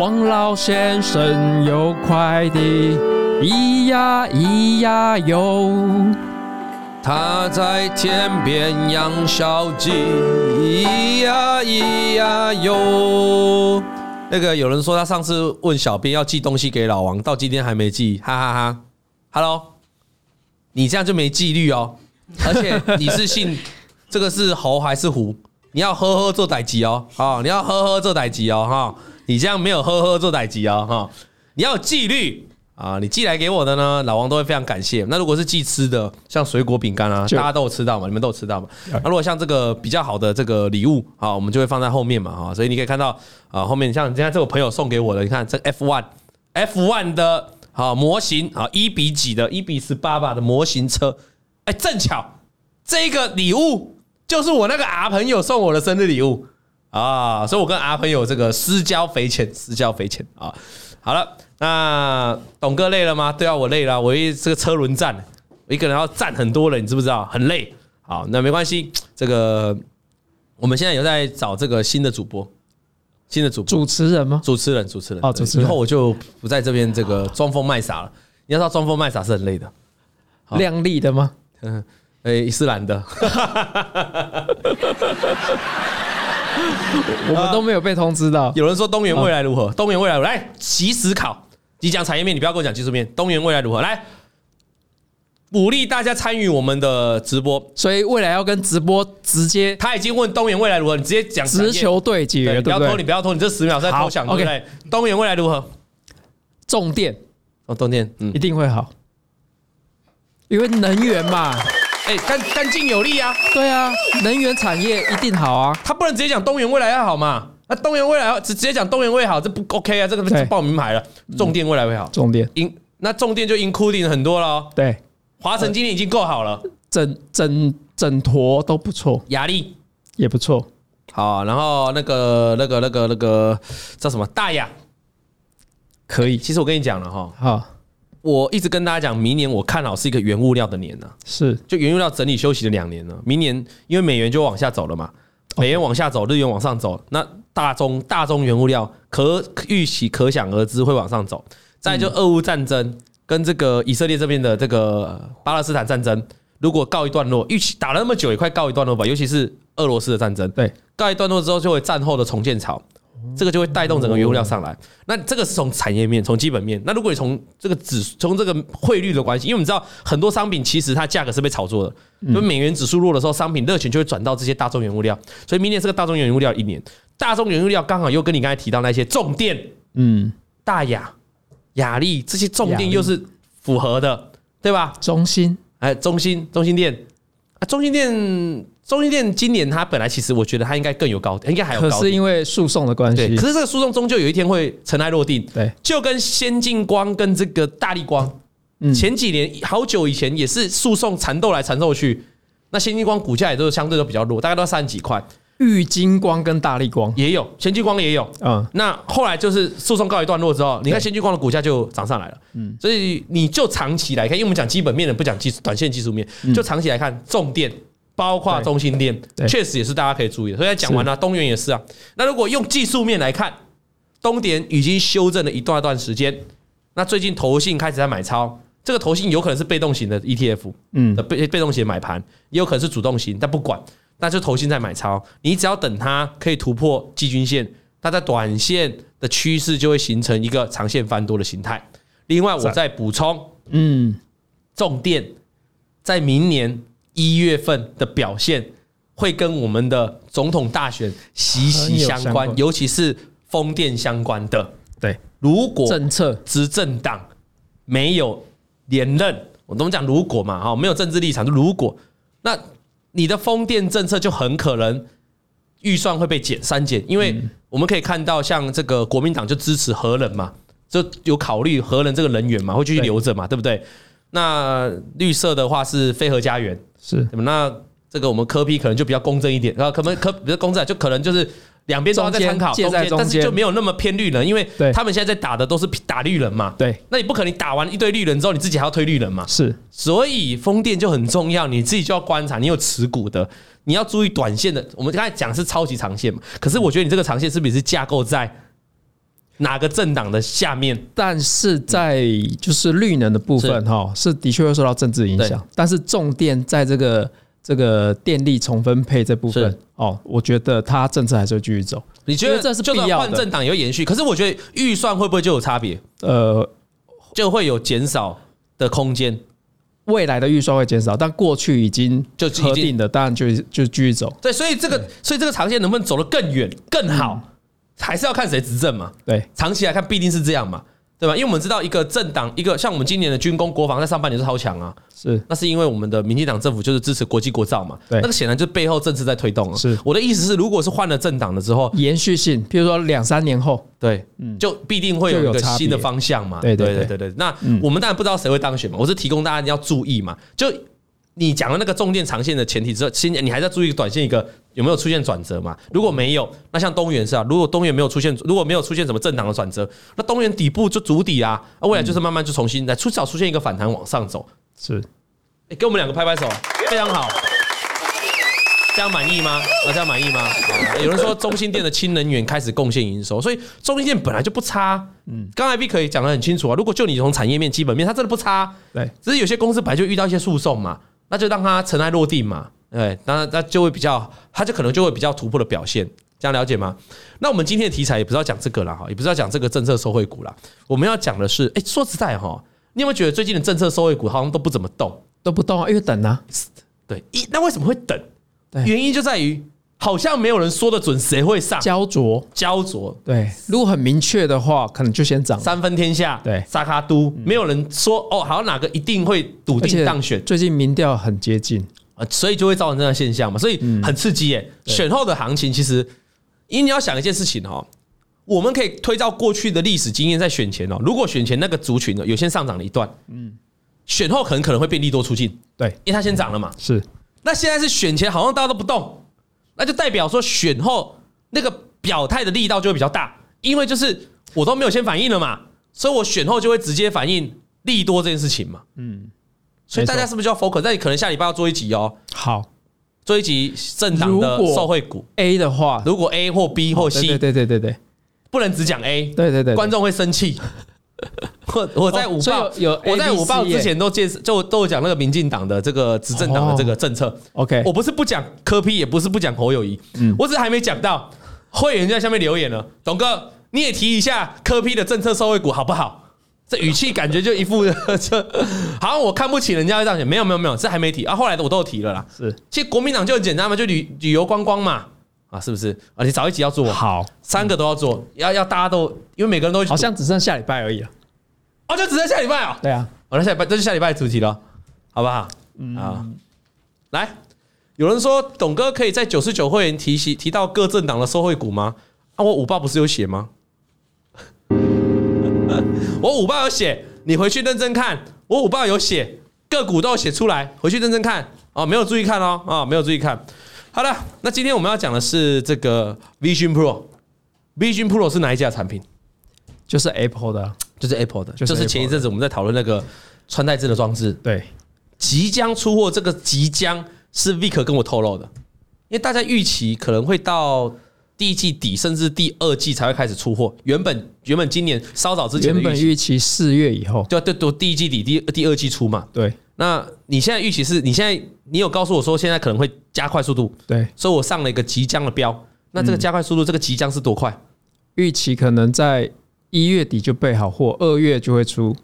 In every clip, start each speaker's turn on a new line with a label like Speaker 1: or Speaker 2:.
Speaker 1: 王老先生有快递，咿呀咿呀哟。他在田边养小鸡，咿呀咿呀哟。那个有人说他上次问小编要寄东西给老王，到今天还没寄，哈哈哈 Hello，你这样就没纪律哦，而且你是姓 这个是猴还是虎？你要呵呵做歹集哦，哦，你要呵呵做歹集哦，哈、你这样没有呵呵做歹集哦，哈、你要有纪律啊！你寄来给我的呢，老王都会非常感谢。那如果是寄吃的，像水果、饼干啊，
Speaker 2: 就
Speaker 1: 大家都有吃到嘛，你们都有吃到嘛。那如果像这个比较好的这个礼物啊，我们就会放在后面嘛，哈、所以你可以看到啊，后面像现在这我朋友送给我的，你看这 F one F one 的好、模型啊，一比几的，一比十八吧的模型车，哎，正巧这个礼物就是我那个阿朋友送我的生日礼物啊，所以我跟阿朋友这个私交匪浅，私交匪浅啊。好了，那董哥累了吗？对啊，我累了啊，我一这个车轮战，我一个人要站很多人，你知不知道？很累。好，那没关系，这个我们现在有在找这个新的主播，新的主播。
Speaker 2: 主持人吗？
Speaker 1: 主持人，主持人
Speaker 2: 哦
Speaker 1: 对
Speaker 2: 主持人
Speaker 1: 以后我就不在这边这个装疯卖傻了。你要知道，装疯卖傻是很累的。好
Speaker 2: 亮丽的吗？
Speaker 1: 嗯， 诶，伊斯兰的，
Speaker 2: 我们都没有被通知到。嗯
Speaker 1: 有人说东元未来如何？东元未来如何来即时考，你讲产业面，你不要跟我讲技术面。东元未来如何？来鼓励大家参与我们的直播。
Speaker 2: 所以未来要跟直播直接
Speaker 1: 他已经问东元未来如何，你直接讲产业
Speaker 2: 直。球对
Speaker 1: 对
Speaker 2: 决，
Speaker 1: 你不
Speaker 2: 对
Speaker 1: 要
Speaker 2: 不
Speaker 1: 拖，你
Speaker 2: 对？
Speaker 1: 不要拖，你这十秒是在偷想，
Speaker 2: 好
Speaker 1: 对不对？东元未来如何？
Speaker 2: 重电
Speaker 1: 哦，东电，嗯
Speaker 2: 一，定会好，因为能源嘛，
Speaker 1: 哎，干干净有力啊，
Speaker 2: 对啊，能源产业一定好啊。
Speaker 1: 他不能直接讲东元未来要好嘛？那东元未来要直直接讲东元未来好，这不 OK 啊？这个
Speaker 2: 对嗯
Speaker 1: 这报名牌了，重电未来会好，
Speaker 2: 重电
Speaker 1: 因那重电就 including 很多了哦。
Speaker 2: 对，
Speaker 1: 华晨今天已经够好了，
Speaker 2: 整整整坨都不错，
Speaker 1: 雅力
Speaker 2: 也不错。
Speaker 1: 好，然后那个那个那个那个叫什么大雅，
Speaker 2: 可以，
Speaker 1: 其实我跟你讲了哈，
Speaker 2: 好
Speaker 1: 我一直跟大家讲，明年我看好是一个原物料的年呐、啊
Speaker 2: 是
Speaker 1: 就原物料整理休息了两年了，明年因为美元就往下走了嘛，美元往下走，日元往上走，那大宗大宗原物料可预期可想而知会往上走。再来就俄乌战争跟这个以色列这边的这个呃巴勒斯坦战争，如果告一段落，预期打了那么久也快告一段落吧，尤其是俄罗斯的战争，
Speaker 2: 对，
Speaker 1: 告一段落之后就会战后的重建潮。这个就会带动整个原物料上来，那这个是从产业面、从基本面。那如果你从这个指、从这个汇率的关系，因为我们知道很多商品其实它价格是被炒作的，因为美元指数弱的时候，商品热钱就会转到这些大宗原物料，所以明年是个大宗原物料一年。大宗原物料刚好又跟你刚才提到那些重电、
Speaker 2: 嗯，
Speaker 1: 大雅、雅力这些重
Speaker 2: 雅
Speaker 1: 电
Speaker 2: 力
Speaker 1: 又是符合的，对吧？
Speaker 2: 中心
Speaker 1: 哎，中心中心店啊，中心店中心店今年它本来其实我觉得它应该更有高点，应该还有
Speaker 2: 可
Speaker 1: 高
Speaker 2: 是
Speaker 1: 点。
Speaker 2: 因为诉讼的关
Speaker 1: 对，
Speaker 2: 系
Speaker 1: 可，是这个诉讼终究有一天会尘埃落定，
Speaker 2: 对，
Speaker 1: 就跟先进光跟这个大力光，
Speaker 2: 嗯
Speaker 1: 前几年好久以前也是诉讼缠斗来缠斗去，那先进光股价也都是相对都比较弱，大概都要三十几块，
Speaker 2: 玉金光跟大力光，
Speaker 1: 也有先进光也有。
Speaker 2: 嗯，
Speaker 1: 那后来就是诉讼告一段落之后，你看
Speaker 2: 对
Speaker 1: 先进光的股价就涨上来了。嗯，所以你就长期来看，因为我们讲基本面的，不讲技术短线技术面，就长期来看，重电包括
Speaker 2: 对
Speaker 1: 中心电，
Speaker 2: 嗯对
Speaker 1: 确实也是大家可以注意的。所以讲完了，东元也是啊。那如果用技术面来看，东电已经修正了一段段时间，那最近投信开始在买超，这个投信有可能是被动型的 ETF，
Speaker 2: 嗯
Speaker 1: 呃，被被动型买盘，也有可能是主动型，但不管，那就投信在买超，你只要等它可以突破季均线，它在短线的趋势就会形成一个长线翻多的形态。另外，
Speaker 2: 啊
Speaker 1: 我再补充，
Speaker 2: 嗯，
Speaker 1: 重电在明年一月份的表现会跟我们的总统大选息息
Speaker 2: 很有
Speaker 1: 相
Speaker 2: 相
Speaker 1: 关，
Speaker 2: 关
Speaker 1: 尤其是风电相关的。
Speaker 2: 对，
Speaker 1: 如果
Speaker 2: 政策
Speaker 1: 执政党没有连任，我们讲如果嘛，哈，没有政治立场，就如果，那你的风电政策就很可能预算会被减删减，因为我们可以看到，像这个国民党就支持核能嘛，就有考虑核能这个能源嘛，会继续
Speaker 2: 对
Speaker 1: 留着嘛，对不对？那绿色的话是非核家园，
Speaker 2: 是
Speaker 1: 对吧那这个我们科批可能就比较公正一点，然啊后可能科比较公正，就可能就是两边都要在参考
Speaker 2: 中间介在中间
Speaker 1: 但是就没有那么偏绿人，因为
Speaker 2: 对
Speaker 1: 他们现在在打的都是打绿人嘛。
Speaker 2: 对，
Speaker 1: 那你不可能打完一堆绿人之后，你自己还要推绿人嘛？
Speaker 2: 是
Speaker 1: 所以风电就很重要，你自己就要观察，你有持股的，你要注意短线的。我们刚才讲是超级长线嘛，可是我觉得你这个长线是不是也是架构在哪个政党的下面，
Speaker 2: 但是在
Speaker 1: 嗯
Speaker 2: 就是绿能的部分哈，是的确会受到政治影响
Speaker 1: 对，
Speaker 2: 但是重电在这个这个电力重分配这部分
Speaker 1: 是
Speaker 2: 哦，我觉得它政策还是会继续走。
Speaker 1: 你觉得
Speaker 2: 因为这是
Speaker 1: 就算
Speaker 2: 必要的
Speaker 1: 换政党也会延续，可是我觉得预算会不会就有差别，
Speaker 2: 呃，
Speaker 1: 就会有减少的空间？
Speaker 2: 未来的预算会减少，但过去已经
Speaker 1: 就已经
Speaker 2: 核定的，当然就就继续走。
Speaker 1: 对，所以这个所以这个长线能不能走得更远更好，
Speaker 2: 嗯
Speaker 1: 还是要看谁执政嘛。
Speaker 2: 对，
Speaker 1: 长期来看必定是这样嘛，对吧？因为我们知道一个政党，一个像我们今年的军工国防在上半年是超强啊，
Speaker 2: 是
Speaker 1: 那是因为我们的民进党政府就是支持国际国造嘛，
Speaker 2: 对
Speaker 1: 那个显然就是背后政治在推动啊。
Speaker 2: 是
Speaker 1: 我的意思是，如果是换了政党了之后，
Speaker 2: 延续性，譬如说两三年后，
Speaker 1: 对，就必定会有一
Speaker 2: 就有
Speaker 1: 个
Speaker 2: 嗯差别
Speaker 1: 新的方向嘛。
Speaker 2: 对对
Speaker 1: 对
Speaker 2: 对嗯
Speaker 1: 对。那我们当然不知道谁会当选嘛，我是提供大家要注意嘛。就你讲的那个重电长线的前提之后，先你还在注意短线一个有没有出现转折嘛？如果没有，那像东元是啊，如果东元没有出现，如果没有出现什么政党的转折，那东元底部就筑底啊，那未来就是慢慢就重新再出少出现一个反弹往上走。
Speaker 2: 是
Speaker 1: 欸给我们两个拍拍手，非常好。这样满意吗？啊，这样满意吗？好欸有人说中心店的氢能源开始贡献营收，所以中心店本来就不差。嗯，刚才 V 可以讲得很清楚啊。如果就你从产业面、基本面，它真的不差。
Speaker 2: 对，
Speaker 1: 只是有些公司本来就遇到一些诉讼嘛，那就让它尘埃落定嘛。对，那那就会比较，它就可能就会比较突破的表现，这样了解吗？那我们今天的题材也不是要讲这个啦，哈，也不是要讲这个政策收惠股啦，我们要讲的是，哎、说实在哈，你有没有觉得最近的政策收惠股好像都不怎么动？
Speaker 2: 都不动啊，因为等啊，
Speaker 1: 对，一那为什么会等？
Speaker 2: 对
Speaker 1: 原因就在于好像没有人说得准谁会上
Speaker 2: 焦灼。
Speaker 1: 焦灼。
Speaker 2: 对，如果很明确的话，可能就先涨了。
Speaker 1: 三分天下，
Speaker 2: 对嗯
Speaker 1: 萨卡都没有人说哦，好像哪个一定会笃
Speaker 2: 而且
Speaker 1: 定当选，
Speaker 2: 最近民调很接近，
Speaker 1: 呃所以就会造成这样的现象嘛，所以
Speaker 2: 嗯
Speaker 1: 很刺激耶、选后的行情其实，因为你要想一件事情哦，我们可以推到过去的历史经验，在选前哦，如果选前那个族群呢哦有先上涨了一段，嗯，选后很可能会变利多出尽，
Speaker 2: 对
Speaker 1: 因为它先涨了嘛，
Speaker 2: 是
Speaker 1: 那现在是选前好像大家都不动，那就代表说选后那个表态的力道就会比较大，因为就是我都没有先反应了嘛，所以我选后就会直接反应利多这件事情嘛。嗯，所以大家是不是就要 focus？那你可能下礼拜要做一集哦，
Speaker 2: 好
Speaker 1: 做一集政党的
Speaker 2: 如果
Speaker 1: 受惠股，
Speaker 2: A 的话，
Speaker 1: 如果 A 或 B 或 C，
Speaker 2: 哦对对对对对
Speaker 1: 不能只讲 A，
Speaker 2: 对对对，
Speaker 1: 观众会生气。 我我在
Speaker 2: 哦
Speaker 1: 五
Speaker 2: 所以
Speaker 1: 报
Speaker 2: 有有
Speaker 1: 我在
Speaker 2: A B
Speaker 1: 五报
Speaker 2: C 耶
Speaker 1: 之前都介绍，就都有讲那个民进党的这个执政党
Speaker 2: 哦
Speaker 1: 的这个政策，
Speaker 2: OK，
Speaker 1: 我不是不讲柯批，也不是不讲侯友谊，
Speaker 2: 嗯
Speaker 1: 我只是还没讲到会员就在下面留言了，董哥你也提一下柯批的政策受惠股好不好？这语气感觉就一副 这好像我看不起人家这样选，没有没有没有，这还没提啊，后来的我都有提了啦。
Speaker 2: 是
Speaker 1: 其实国民党就很简单嘛，就旅旅游观光嘛，啊是不是？啊，你早一集要做，
Speaker 2: 好，
Speaker 1: 三个都要做，要要大家都，因为每个人都会去
Speaker 2: 好像只剩下礼拜而已啊了。
Speaker 1: 哦，就只剩下礼拜哦，
Speaker 2: 对啊，
Speaker 1: 好，那下礼拜这就下礼拜的主题了，好不好？啊，来，有人说董哥可以在九十九会员提及提到各政党的受惠股吗？啊，我五报不是有写吗？ 我五报有写，你回去认真看，我五报有写，个股都有写出来，回去认真看哦，没有注意看哦，啊、没有注意看。好了，那今天我们要讲的是这个 Vision Pro。Vision Pro 是哪一家产品？
Speaker 2: 就是 Apple 的，啊
Speaker 1: 就是 Apple 的，
Speaker 2: 就是
Speaker 1: 就是
Speaker 2: Apple
Speaker 1: 前一阵子我们在讨论那个穿戴式的装置，
Speaker 2: 对，
Speaker 1: 即将出货，这个即将是 Vic 跟我透露的，因为大家预期可能会到第一季底，甚至第二季才会开始出货。原本原本今年稍早之前
Speaker 2: 原
Speaker 1: 的预
Speaker 2: 本
Speaker 1: 期，
Speaker 2: 预期四月以后，
Speaker 1: 就对对，第一季底第第二季出嘛。
Speaker 2: 对
Speaker 1: 那你现在预期是你现在你有告诉我说现在可能会加快速度，
Speaker 2: 对，
Speaker 1: 所以我上了一个即将的标。那
Speaker 2: 嗯
Speaker 1: 这个加快速度，这个即将是多快？
Speaker 2: 预期可能在一月底就备好货，二月就会出，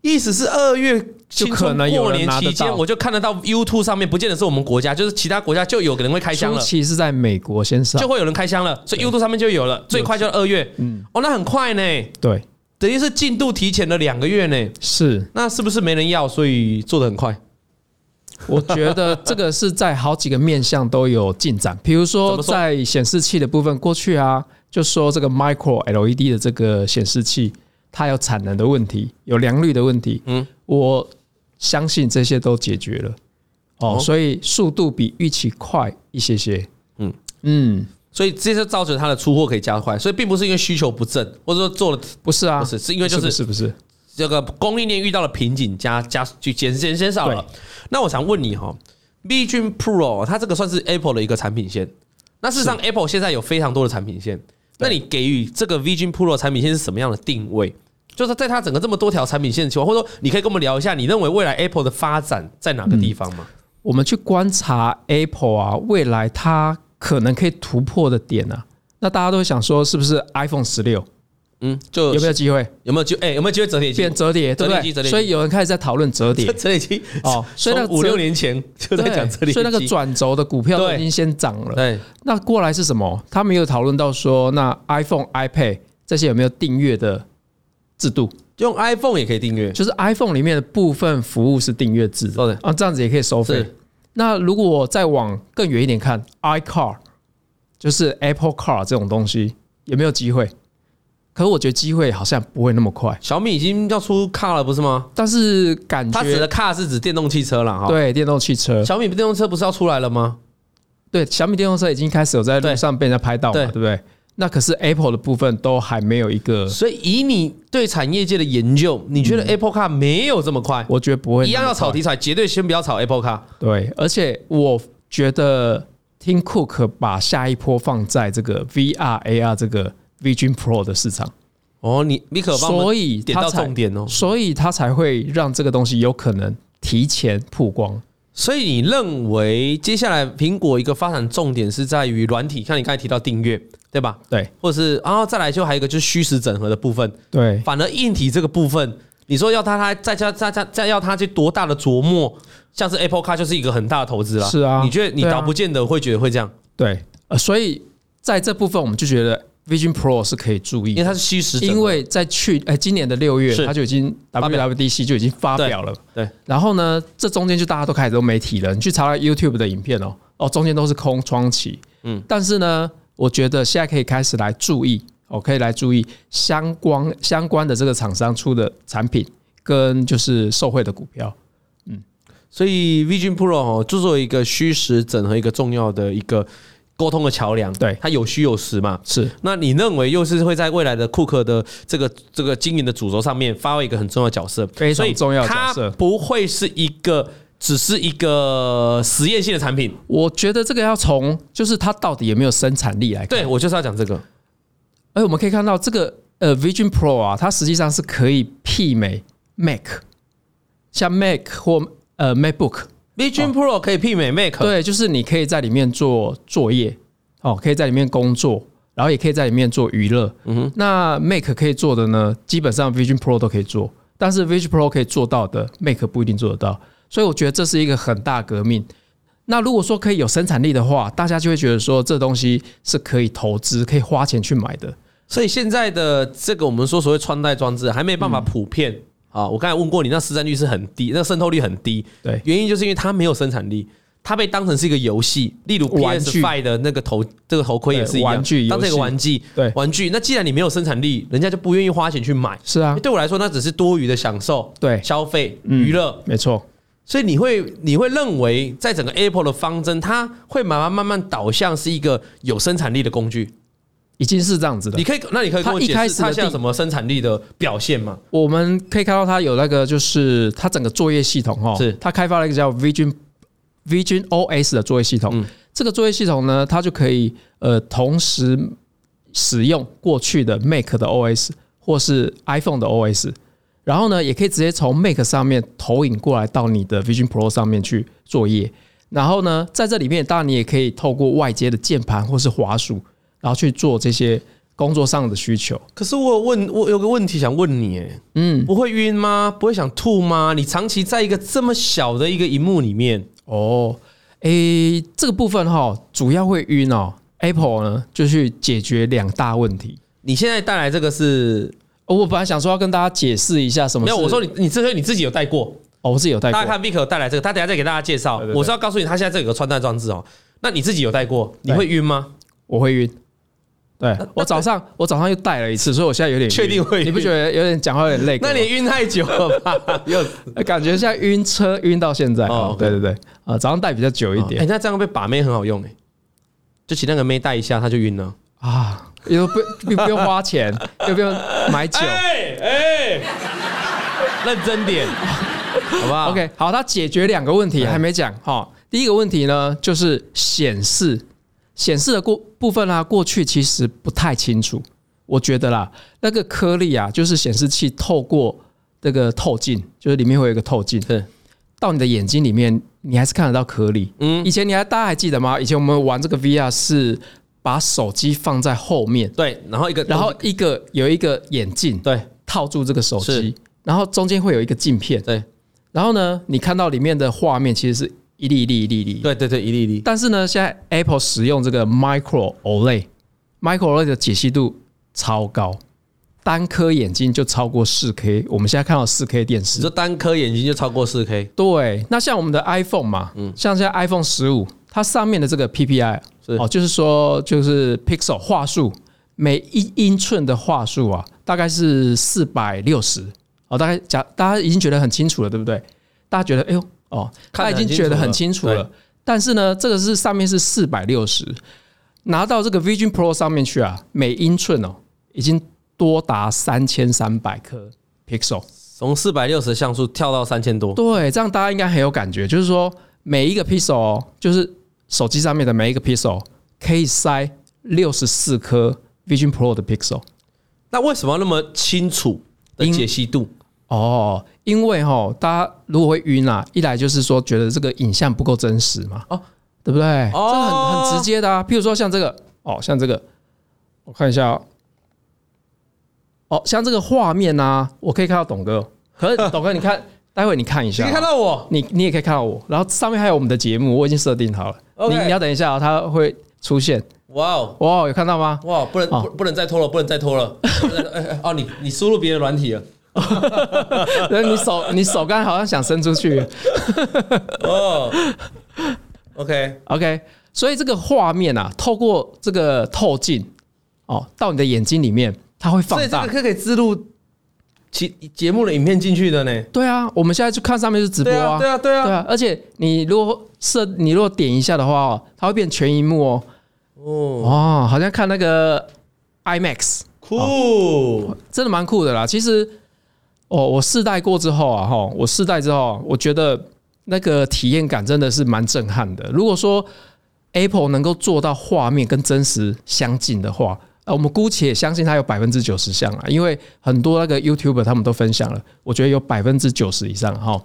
Speaker 1: 意思是二月
Speaker 2: 就
Speaker 1: 青
Speaker 2: 可
Speaker 1: 春
Speaker 2: 能有
Speaker 1: 过
Speaker 2: 人
Speaker 1: 年
Speaker 2: 拿得
Speaker 1: 期间，
Speaker 2: 到
Speaker 1: 我就看得到 YouTube 上面，不见得是我们国家，就是其他国家就有可能会开箱
Speaker 2: 初
Speaker 1: 了。
Speaker 2: 期是在美国先上
Speaker 1: 就，会有人开箱了，所以 YouTube 上面就有了，最快就是二月，嗯，哦，那很快呢，
Speaker 2: 对，
Speaker 1: 等于是进度提前了两个月呢，
Speaker 2: 是，
Speaker 1: 那是不是没人要，所以做的很快？
Speaker 2: 我觉得这个是在好几个面向都有进展， 比如
Speaker 1: 怎
Speaker 2: 说
Speaker 1: 么说
Speaker 2: 在显示器的部分，过去啊就说这个 micro LED 的这个显示器，它有产能的问题，有良率的问题，
Speaker 1: 嗯
Speaker 2: 嗯，我相信这些都解决了，哦，
Speaker 1: 哦
Speaker 2: 所以速度比预期快一些些，
Speaker 1: 嗯
Speaker 2: 嗯嗯，
Speaker 1: 所以这就造成它的出货可以加快，所以并不是因为需求不振，或者说做了
Speaker 2: 不是啊，
Speaker 1: 不是是因为就是
Speaker 2: 不是不是
Speaker 1: 这个供应链遇到了瓶颈，加加就减减减少了。那我想问你哈、哦、，B 君 Pro 它这个算是 Apple 的一个产品线，那事实上 Apple 现在有非常多的产品线，那你给予这个 Vision Pro 产品线是什么样的定位？就是在它整个这么多条产品线的情况，或者说你可以跟我们聊一下，你认为未来 Apple 的发展在哪个地方吗？
Speaker 2: 我们去观察 Apple 啊，未来它可能可以突破的点啊，那大家都会想说，是不是 iPhone 十六
Speaker 1: 嗯，就
Speaker 2: 有没有机会
Speaker 1: 有没有就哎、有没有机会折叠机
Speaker 2: 变？折叠，对不
Speaker 1: 折叠机折
Speaker 2: 对？
Speaker 1: 叠机，
Speaker 2: 所以有人开始在讨论折叠
Speaker 1: 折叠机
Speaker 2: 哦所以那个
Speaker 1: 从五
Speaker 2: 折
Speaker 1: 六年前就 在讲折
Speaker 2: 对，
Speaker 1: 叠机，
Speaker 2: 所以那个转轴的股票都
Speaker 1: 对
Speaker 2: 已经先涨了。
Speaker 1: 对
Speaker 2: 那过来是什么？他们有讨论到说，那 iPhone、iPad 这些有没有订阅的制度？
Speaker 1: 用 iPhone 也可以订阅，
Speaker 2: 就是 iPhone 里面的部分服务是订阅制
Speaker 1: 哦对
Speaker 2: 的啊，这样子也可以收费
Speaker 1: 是。
Speaker 2: 那如果我再往更远一点看，iCar 就是 Apple Car 这种东西，有没有机会？可我觉得机会好像不会那么快，
Speaker 1: 小米已经要出 Car 了，不是吗？
Speaker 2: 但是感
Speaker 1: 它指
Speaker 2: 觉
Speaker 1: 的 Car 是指电动汽车啦，哈。
Speaker 2: 对电动汽车，
Speaker 1: 小米电动车不是要出来了吗？
Speaker 2: 对小米电动车已经开始有在
Speaker 1: 对
Speaker 2: 路上被人家拍到嘛，
Speaker 1: 对
Speaker 2: 对不对？那可是 Apple 的部分都还没有一个，
Speaker 1: 所以以你对产业界的研究，你觉得 Apple Car 没有这么快？
Speaker 2: 我觉得嗯不会
Speaker 1: 一样
Speaker 2: 那
Speaker 1: 要
Speaker 2: 么快
Speaker 1: 炒题材，绝对先不要炒 Apple Car。
Speaker 2: 对，而且我觉得 Tim Cook 把下一波放在这个 VR AR 这个 Vision Pro 的市场，
Speaker 1: 哦，你你可帮我
Speaker 2: 所
Speaker 1: 们
Speaker 2: 以
Speaker 1: 点到
Speaker 2: 他才
Speaker 1: 重点哦。
Speaker 2: 所以他才会让这个东西有可能提前曝光。
Speaker 1: 所以你认为接下来苹果一个发展重点是在于软体？像你刚才提到订阅，对吧？
Speaker 2: 对
Speaker 1: 或者是然后再来就还有一个就是虚实整合的部分，
Speaker 2: 对，
Speaker 1: 反而硬体这个部分，你说要它它再加再加再要它去多大的琢磨，像是 Apple Car 就是一个很大的投资啦。
Speaker 2: 是啊
Speaker 1: 你觉得你
Speaker 2: 对啊
Speaker 1: 倒不见得会觉得会这样，
Speaker 2: 对，呃，所以在这部分我们就觉得 Vision Pro 是可以注意
Speaker 1: 因为
Speaker 2: 的。
Speaker 1: 它是虚实整合。
Speaker 2: 因为在去呃今年的六月
Speaker 1: 是，
Speaker 2: 它就已经
Speaker 1: 发表
Speaker 2: WWDC 就已经发表了。
Speaker 1: 对对
Speaker 2: 然后呢，这中间就大家都开始都媒体了，你去查到 YouTube 的影片哦，哦，中间都是空窗期。
Speaker 1: 嗯
Speaker 2: 嗯，但是呢，我觉得现在可以开始来注意，哦，可以来注意相关相关的这个厂商出的产品跟就是受惠的股票。
Speaker 1: 所以 Vision Pro 哦，就作为一个虚实整合一个重要的一个沟通的桥梁，
Speaker 2: 对
Speaker 1: 它有虚有实嘛。
Speaker 2: 是
Speaker 1: 那你认为又是会在未来的库克的这个这个经营的主轴上面发挥一个很重要的角色，
Speaker 2: 非常重要的角色
Speaker 1: 所以它不会是一个只是一个实验性的产品。
Speaker 2: 我觉得这个要从就是它到底有没有生产力来看。
Speaker 1: 对我就是要讲这个，
Speaker 2: 哎而我们可以看到这个呃 Vision Pro 啊，它实际上是可以媲美 Mac，像 Mac 或呃 MacBook，
Speaker 1: Vision Pro 可以媲美 Mac，，
Speaker 2: 对，就是你可以在里面做作业，哦，可以在里面工作，然后也可以在里面做娱乐。嗯哼，那 Mac 可以做的呢，基本上 Vision Pro 都可以做，但是 Vision Pro 可以做到的，Mac 不一定做得到。所以我觉得这是一个很大革命。那如果说可以有生产力的话，大家就会觉得说这东西是可以投资、可以花钱去买的。
Speaker 1: 所以现在的这个我们说所谓穿戴装置还没办法普遍
Speaker 2: 嗯
Speaker 1: 啊。我刚才问过你，那市占率是很低，那渗透率很低，
Speaker 2: 对，
Speaker 1: 原因就是因为它没有生产力，它被当成是一个游戏，例如
Speaker 2: 玩具
Speaker 1: PS Five 的那个头这个头盔也是一样，
Speaker 2: 对玩具游戏
Speaker 1: 当成一个玩具，
Speaker 2: 对
Speaker 1: 玩具。那既然你没有生产力，人家就不愿意花钱去买。
Speaker 2: 是啊，
Speaker 1: 对我来说，那只是多余的享受、
Speaker 2: 对，嗯
Speaker 1: 消费、娱乐。
Speaker 2: 没错，
Speaker 1: 所以你会你会认为，在整个 Apple 的方针，它会慢慢慢慢导向是一个有生产力的工具。
Speaker 2: 已经是这样子的
Speaker 1: 你。可以，那你可以跟我
Speaker 2: 它一
Speaker 1: 解
Speaker 2: 开
Speaker 1: 释
Speaker 2: 始的
Speaker 1: 它现
Speaker 2: 定
Speaker 1: 在什么生产力的表现吗？
Speaker 2: 我们可以看到它有那个，就是它整个作业系统哈，
Speaker 1: 是
Speaker 2: 它开发了一个叫 Vision Vision OS 的作业系统。
Speaker 1: 嗯
Speaker 2: 这个作业系统呢，它就可以呃同时使用过去的 Mac 的 OS 或是 iPhone 的 OS，然后呢，也可以直接从 Mac 上面投影过来到你的 Vision Pro 上面去作业。然后呢，在这里面，当然你也可以透过外接的键盘或是滑鼠，然后去做这些工作上的需求。
Speaker 1: 可是我有问我有个问题想问你，哎，
Speaker 2: 嗯，
Speaker 1: 不会晕吗？不会想吐吗？你长期在一个这么小的一个荧幕里面，
Speaker 2: 哦，诶，这个部分哈、主要会晕哦。Apple 呢，就去解决两大问题。
Speaker 1: 你现在带来这个是
Speaker 2: 哦，我本来想说要跟大家解释一下什么
Speaker 1: 没
Speaker 2: 是，
Speaker 1: 有？我说你你这个你自己有带过，
Speaker 2: 哦，我自己有带
Speaker 1: 大家
Speaker 2: 过，
Speaker 1: 看 Vick 带来这个，他等一下再给大家介绍
Speaker 2: 对。对对
Speaker 1: 我是要告诉你，他现在这有个穿戴装置哦。那你自己有带过，你
Speaker 2: 对
Speaker 1: 会晕吗？
Speaker 2: 我会晕。对我早上我早上又带了一次，所以我现在有点晕
Speaker 1: 确定会晕
Speaker 2: 你不觉得有点讲话有点累？
Speaker 1: 那你也晕太久了 吧？又
Speaker 2: 感觉像晕车晕到现在？哦，
Speaker 1: 哦
Speaker 2: 对对对，啊，早上带比较久一
Speaker 1: 哎，
Speaker 2: 点
Speaker 1: 那这样被把妹很好用哎，就请那个妹带一下，他就晕了。
Speaker 2: 啊，又不又不用花钱，又不用买酒。
Speaker 1: 哎哎，认真点，好不好
Speaker 2: 哎 OK，好，它解决两个问题
Speaker 1: 哎
Speaker 2: 还没讲哈。第一个问题呢，就是显示显示的过部分啊，过去其实不太清楚。我觉得啦，那个颗粒啊，就是显示器透过这个透镜，就是里面会有一个透镜，
Speaker 1: 是
Speaker 2: 到你的眼睛里面，你还是看得到颗粒。嗯，以前你还大家还记得吗？以前我们玩这个 VR 是把手机放在后面，
Speaker 1: 对，然后一个，
Speaker 2: 然后一个有一个眼镜
Speaker 1: 对
Speaker 2: 套住这个手
Speaker 1: 是
Speaker 2: 机，然后中间会有一个镜片，
Speaker 1: 对
Speaker 2: 然后呢，你看到里面的画面其实是一粒一粒一粒一粒。
Speaker 1: 对对对，一粒一粒，
Speaker 2: 但是呢，现在 Apple 使用这个 Micro E OLED，Micro OLED E 的解析度超高，单颗眼睛就超过四 K。我们现在看到四 K 电
Speaker 1: 只
Speaker 2: 视，
Speaker 1: 是单颗眼睛就超过四 K，
Speaker 2: 对。那像我们的 iPhone 嘛，像现在 iPhone 十五，它上面的这个 PPI
Speaker 1: 是
Speaker 2: 哦，就是说就是 pixel 画素，每一英寸的画素啊，大概是四百六十哦，大概假大家已经觉得很清楚了，对不对？大家觉得哎呦哦，
Speaker 1: 看
Speaker 2: 他
Speaker 1: 得
Speaker 2: 已经
Speaker 1: 很
Speaker 2: 觉得
Speaker 1: 清楚
Speaker 2: 很
Speaker 1: 了
Speaker 2: 清楚
Speaker 1: 对
Speaker 2: 了。但是呢，这个是上面是四百六十，拿到这个 Vision Pro 上面去啊，每英寸哦已经多达三千三百颗 pixel。
Speaker 1: 从四百六十像素跳到三千多，
Speaker 2: 对，这样大家应该很有感觉，就是说每一个 pixel，哦就是手机上面的每一个 pixel 可以塞六十四颗 Vision Pro 的 pixel。
Speaker 1: 那为什么要那么清楚的解析度？
Speaker 2: 哦，因为哈、大家如果会晕啊，一来就是说觉得这个影像不够真实嘛，
Speaker 1: 哦
Speaker 2: 哦，对不对？
Speaker 1: 哦
Speaker 2: 这很很直接的啊。譬如说像这个，哦，像这个，我看一下哦，哦，像这个画面啊，我可以看到董哥，可是董哥你看， 待会你看一
Speaker 1: 你
Speaker 2: 下、啊
Speaker 1: 可以看到我，
Speaker 2: 你你也可以看到我，然后上面还有我们的节目，我已经设定好了。
Speaker 1: OK
Speaker 2: 你你要等一下、哦，它会出现。
Speaker 1: 哇哦！
Speaker 2: 哇，有看到 吗？
Speaker 1: 哇，不能
Speaker 2: 哦
Speaker 1: 不不能再拖了，不能再拖 了！不能再哎哎哦，你你输入别的软体了
Speaker 2: 然后你手你手刚才好像想伸出去。
Speaker 1: 哦。OK，
Speaker 2: OK，所以这个画面啊，透过这个透镜哦，到你的眼睛里面，它会
Speaker 1: 所
Speaker 2: 放
Speaker 1: 以这
Speaker 2: 大
Speaker 1: 个。可以植入其节目的影片进去的呢。
Speaker 2: 对啊，我们现在就看上面是直播
Speaker 1: 对啊，
Speaker 2: 啊，
Speaker 1: 对啊，对
Speaker 2: 对
Speaker 1: 啊。
Speaker 2: 啊而且你如果设，你如果点一下的话哦，它会变全荧幕哦。
Speaker 1: 哦，
Speaker 2: 哦，好像看那个 IMAX，
Speaker 1: 酷！
Speaker 2: 真的蛮酷的啦。其实，哦，我试戴过之后啊，哈，我试戴之后，啊我觉得那个体验感真的是蛮震撼的。如果说 Apple 能够做到画面跟真实相近的话，呃，我们姑且相信它有百分之九十像啊，因为很多那个 YouTuber 他们都分享了，我觉得有百分之九十以上哈。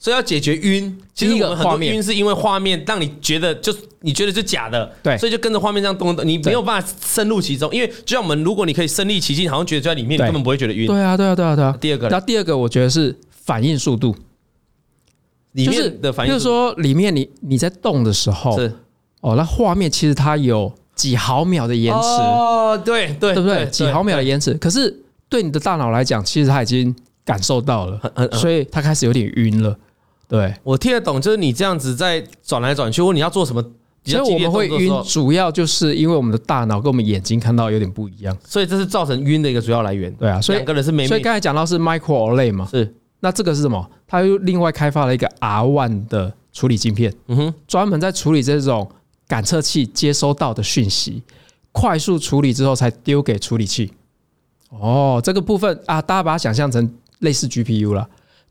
Speaker 1: 所以要解决晕，其实
Speaker 2: 第一个
Speaker 1: 我们很多
Speaker 2: 画面
Speaker 1: 晕是因为画面让你觉得就是你觉得就假的，
Speaker 2: 对
Speaker 1: 所以就跟着画面这样动动，你没有办法深入其中。因为就像我们，如果你可以身临其境，好像觉得就在里面，你
Speaker 2: 对
Speaker 1: 根本不会觉得晕。
Speaker 2: 对啊，对啊，对啊，对啊。
Speaker 1: 第二个
Speaker 2: 那第二个我觉得是反应速度，
Speaker 1: 里
Speaker 2: 就是
Speaker 1: 面的反应
Speaker 2: 就是
Speaker 1: 是，
Speaker 2: 说里面你你在动的时候，
Speaker 1: 是
Speaker 2: 哦，那画面其实它有几毫秒的延迟。
Speaker 1: 哦，对对
Speaker 2: 对不对？几毫秒的延迟，可是对你的大脑来讲，其实它已经感受到了，
Speaker 1: 很很
Speaker 2: 所以它开始有点晕了。对，
Speaker 1: 我听得懂，就是你这样子在转来转去，或你要做什么比
Speaker 2: 所
Speaker 1: 较
Speaker 2: 以
Speaker 1: 激
Speaker 2: 我
Speaker 1: 烈
Speaker 2: 们
Speaker 1: 的
Speaker 2: 会
Speaker 1: 动作的时
Speaker 2: 晕
Speaker 1: 候，，
Speaker 2: 主要就是因为我们的大脑跟我们眼睛看到有点不一样。
Speaker 1: 所以这是造成晕的一个主要来源。
Speaker 2: 对啊，所以
Speaker 1: 两个人是没
Speaker 2: 所以刚才讲到是 micro OLED 嘛，
Speaker 1: 是
Speaker 2: 那这个是什么？它又另外开发了一个 R one 的处理晶片，
Speaker 1: 嗯哼，
Speaker 2: 专门在处理这种感测器接收到的讯息，快速处理之后才丢给处理器。哦，这个部分啊，大家把它想象成类似 GPU 啦。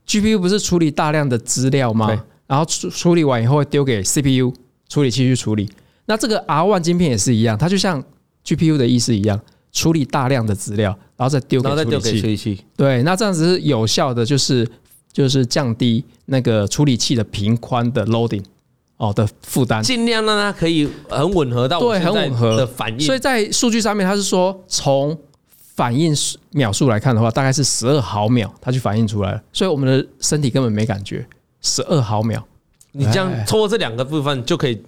Speaker 2: GPU 不是处理大量的资料
Speaker 1: 对
Speaker 2: 吗？然后处处理完以后会丢给 CPU 处理器去处理。那这个 R1 晶片也是一样，它就像 GPU 的意思一样，处理大量的资料，然后再丢给
Speaker 1: 然后再
Speaker 2: 处理
Speaker 1: 丢给
Speaker 2: 器
Speaker 1: 处。理器。
Speaker 2: 对，那这样子是有效的，就是就是降低那个处理器的频宽的 loading 哦的负担。
Speaker 1: 尽量让它可以很吻合到我
Speaker 2: 对
Speaker 1: 现在
Speaker 2: 很吻合
Speaker 1: 的反应。
Speaker 2: 所以在数据上面，它是说从反应数秒数来看的话，大概是十二毫秒，它就反应出来了。所以我们的身体根本没感觉，十二毫秒。
Speaker 1: 你这样
Speaker 2: 哎
Speaker 1: 透过这两个部分就可以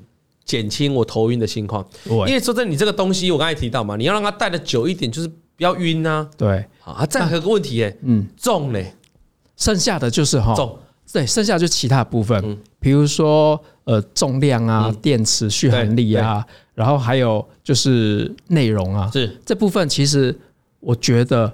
Speaker 1: 减轻我头晕的情况。因
Speaker 2: 对
Speaker 1: 为说真的，你这个东西我刚才提到嘛，你要让它戴的久一点，就是不要晕啊。
Speaker 2: 对，
Speaker 1: 好啊，这样还有个问题耶、
Speaker 2: 嗯，哦
Speaker 1: 重嘞，
Speaker 2: 剩下的就是哈，
Speaker 1: 重
Speaker 2: 对，剩下就其他部分，比如说呃重量啊、电池续航力啊，然后还有就是内容啊，
Speaker 1: 是
Speaker 2: 这部分其实我觉得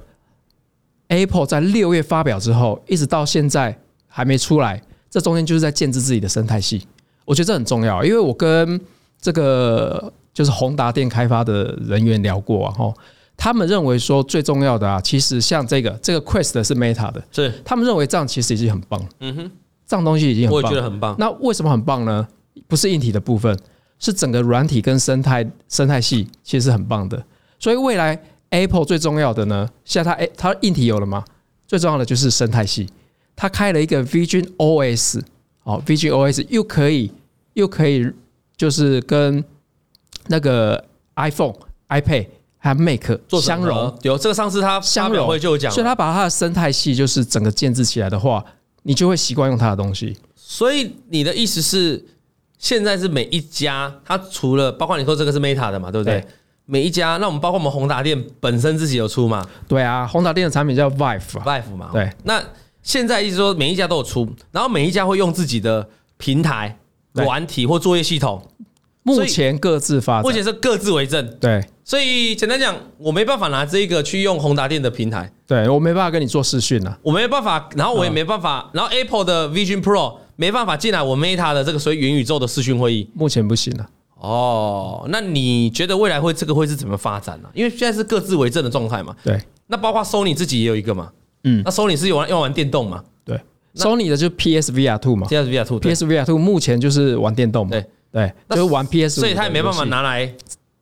Speaker 2: Apple 在六月发表之后，一直到现在还没出来，这中间就是在建制自己的生态系。我觉得这很重要，因为我跟这个就是宏达电开发的人员聊过啊，吼，他们认为说最重要的啊，其实像这个这个 Quest 是 Meta 的，
Speaker 1: 是，
Speaker 2: 他们认为这样其实已经很棒，嗯哼，这样东西已经
Speaker 1: 我
Speaker 2: 很
Speaker 1: 也
Speaker 2: 棒
Speaker 1: 觉得。很棒。
Speaker 2: 那为什么很棒呢？不是硬体的部分，是整个软体跟生态生态系其实是很棒的。所以未来 Apple 最重要的呢，现在它诶它硬体有了嘛，最重要的就是生态系，它开了一个 Vision OS，哦，Vision OS 又可以又可以就是跟那个 iPhone、iPad 还有 Mac
Speaker 1: 做整
Speaker 2: 相
Speaker 1: 合
Speaker 2: 融，
Speaker 1: 有这个上次他
Speaker 2: 相
Speaker 1: 发表
Speaker 2: 融
Speaker 1: 会就有讲了，
Speaker 2: 所以它把它的生态系就是整个建制起来的话，你就会习惯用它的东西。
Speaker 1: 所以你的意思是，现在是每一家，它除了包括你说这个是 Meta 的嘛，对不对？
Speaker 2: 对
Speaker 1: 每一家，那我们包括我们宏达店本身自己有出嘛
Speaker 2: 对啊，宏达电的产品叫 Vive 啊，
Speaker 1: ，Vive 嘛，哦
Speaker 2: 对。
Speaker 1: 那现在意思说每一家都有出，然后每一家会用自己的平台、
Speaker 2: 对啊
Speaker 1: 软体或作业系统，以
Speaker 2: 目前各自发
Speaker 1: 目
Speaker 2: 展。
Speaker 1: 前是各自为政。
Speaker 2: 对
Speaker 1: 所以简单讲，我没办法拿这个去用宏达店的平台，
Speaker 2: 对，我没办法跟你做视讯啊。
Speaker 1: 我没办法，然后我也没办法，然后 Apple 的 Vision Pro 没办法进来我 Meta 的这个所谓元宇宙的视讯会议。
Speaker 2: 目前不行啊。
Speaker 1: 哦，那你觉得未来会这个会是怎么发展呢、因为现在是各自为政的状态嘛。
Speaker 2: 对
Speaker 1: 那包括 Sony 自己也有一个嘛，
Speaker 2: 嗯
Speaker 1: 那 Sony 是有玩要玩电动嘛
Speaker 2: 对，Sony 的就是 PSVR Two 嘛
Speaker 1: 现在是 VR Two
Speaker 2: ，PSVR Two 目前就是玩电动嘛，
Speaker 1: 对
Speaker 2: 对，
Speaker 1: 那
Speaker 2: 就是玩 PS，
Speaker 1: 所以他也没办法
Speaker 2: 拿，
Speaker 1: 拿来。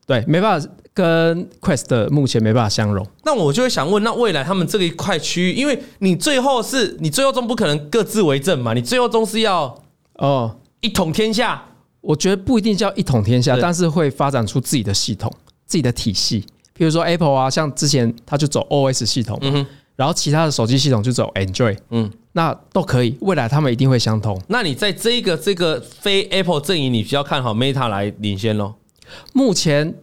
Speaker 2: 对，没办法跟 Quest 的目前没办法相容。
Speaker 1: 那我就会想问，那未来他们这个一块区域，因为你最后是你最后终不可能各自为政嘛，你最后终是要
Speaker 2: 哦，
Speaker 1: 一统天下。
Speaker 2: 我觉得不一定叫一统天下，
Speaker 1: 对
Speaker 2: 但是会发展出自己的系统、自己的体系。比如说 Apple 啊，像之前它就走 OS 系统嘛，
Speaker 1: 嗯哼
Speaker 2: 然后其他的手机系统就走 Android，
Speaker 1: 嗯
Speaker 2: 嗯，那都可以，未来他们一定会相通。
Speaker 1: 那你在这一个这个非 Apple 阵营，你比较看好 Meta 来领先咯。
Speaker 2: 目前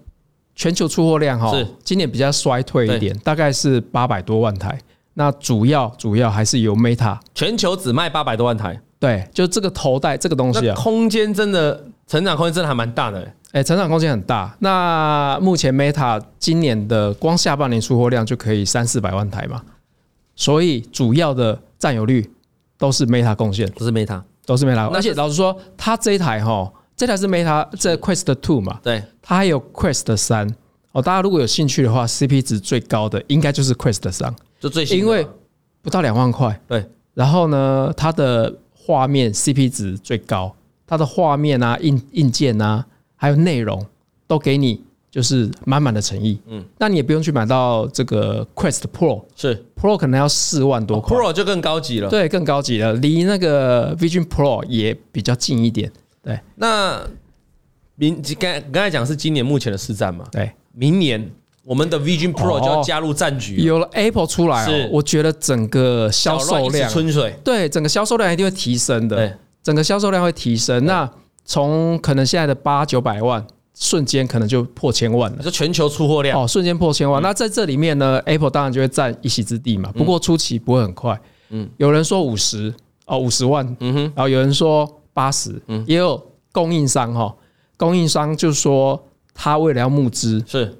Speaker 2: 全球出货量哈
Speaker 1: 是，
Speaker 2: 今年比较衰退一点，大概是八百多万台。那主要主要还是由 Meta，
Speaker 1: 全球只卖八百多万台，
Speaker 2: 对，就这个头戴这个东西
Speaker 1: 那
Speaker 2: 啊，
Speaker 1: 空间真的成长空间真的还蛮大的、欸。
Speaker 2: 哎、成长空间很大。那目前 Meta 今年的光下半年出货量就可以三四百万台嘛，所以主要的占有率都是 Meta 贡献，
Speaker 1: 不是 Meta，
Speaker 2: 都是 Meta。
Speaker 1: 那
Speaker 2: 而且老实说，它这一台哈，这台是 Meta 这 Quest Two 嘛，
Speaker 1: 对，
Speaker 2: 它还有 Quest 三哦。大家如果有兴趣的话，CP 值最高的应该就是 Quest 三，
Speaker 1: 就最新的
Speaker 2: 因
Speaker 1: 嘛，
Speaker 2: 为不到两万块。
Speaker 1: 对，
Speaker 2: 然后呢，它的画面 CP 值最高，它的画面啊、硬硬件啊，还有内容都给你就是满满的诚意。嗯，那你也不用去买到这个 Quest Pro。
Speaker 1: 是
Speaker 2: Pro 可能要四万多块，
Speaker 1: 哦 Pro 就更高级了。
Speaker 2: 对，更高级了，离那个 Vision Pro 也比较近一点。对
Speaker 1: 那明刚刚才讲是今年目前的市占嘛，
Speaker 2: 对，
Speaker 1: 明年我们的 Vision Pro
Speaker 2: 哦
Speaker 1: 就要加入战局了，
Speaker 2: 有了 Apple 出来
Speaker 1: 是
Speaker 2: 哦，我觉得整个销
Speaker 1: 搅乱
Speaker 2: 售
Speaker 1: 一池
Speaker 2: 量，啊
Speaker 1: 春水。
Speaker 2: 对，整个销售量一定会提升的。
Speaker 1: 对，
Speaker 2: 整个销售量会提升。那从可能现在的八九百万，瞬间可能就破千万
Speaker 1: 你
Speaker 2: 了。
Speaker 1: 说全球出货量，
Speaker 2: 哦，瞬间破千万。那在这里面呢，Apple 当然就会占一席之地嘛。不过初期不会很快。嗯，有人说五十哦，五十万。嗯哼，然嗯后有人说八十，也有供应商哈、哦，供应商就说他为了要募资，
Speaker 1: 是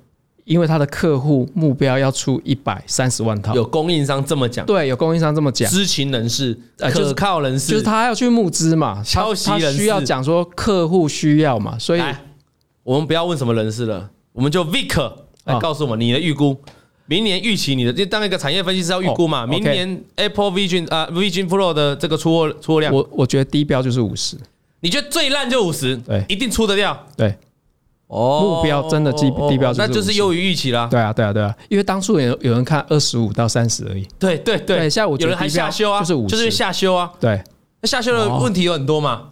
Speaker 2: 因为他的客户目标要出一百三十万套。
Speaker 1: 有供应商这么讲，
Speaker 2: 对，有供应商这么讲。
Speaker 1: 知情人士、
Speaker 2: 呃就是
Speaker 1: 可靠人
Speaker 2: 就是
Speaker 1: 士。
Speaker 2: 他要去募资嘛，他
Speaker 1: 消息
Speaker 2: 他
Speaker 1: 人士
Speaker 2: 需要讲说客户需要嘛，所以
Speaker 1: 来，我们不要问什么人士了，我们就 Vic 来
Speaker 2: 哦
Speaker 1: 告诉我们你的预估。明年预期你的，就当一个产业分析师要预估嘛。
Speaker 2: 哦
Speaker 1: 明
Speaker 2: ，OK
Speaker 1: 年 Apple Vision 啊、Vision Pro 的这个出货出货量，
Speaker 2: 我我觉得低标就是五十，
Speaker 1: 你觉得最烂就五十，
Speaker 2: 对
Speaker 1: 一定出得掉。
Speaker 2: 对
Speaker 1: 哦
Speaker 2: 目标真的低低标就是
Speaker 1: 那就是
Speaker 2: 50
Speaker 1: 优于预期啦。
Speaker 2: 对啊对啊对啊，因为当初有有人看二十五到三十而已，
Speaker 1: 对对对
Speaker 2: 对现在我觉
Speaker 1: 有
Speaker 2: 得
Speaker 1: 人还
Speaker 2: 低标
Speaker 1: 下修啊，
Speaker 2: 就是50哦
Speaker 1: 就是下修啊。
Speaker 2: 对，
Speaker 1: 那下修的问题有很多嘛，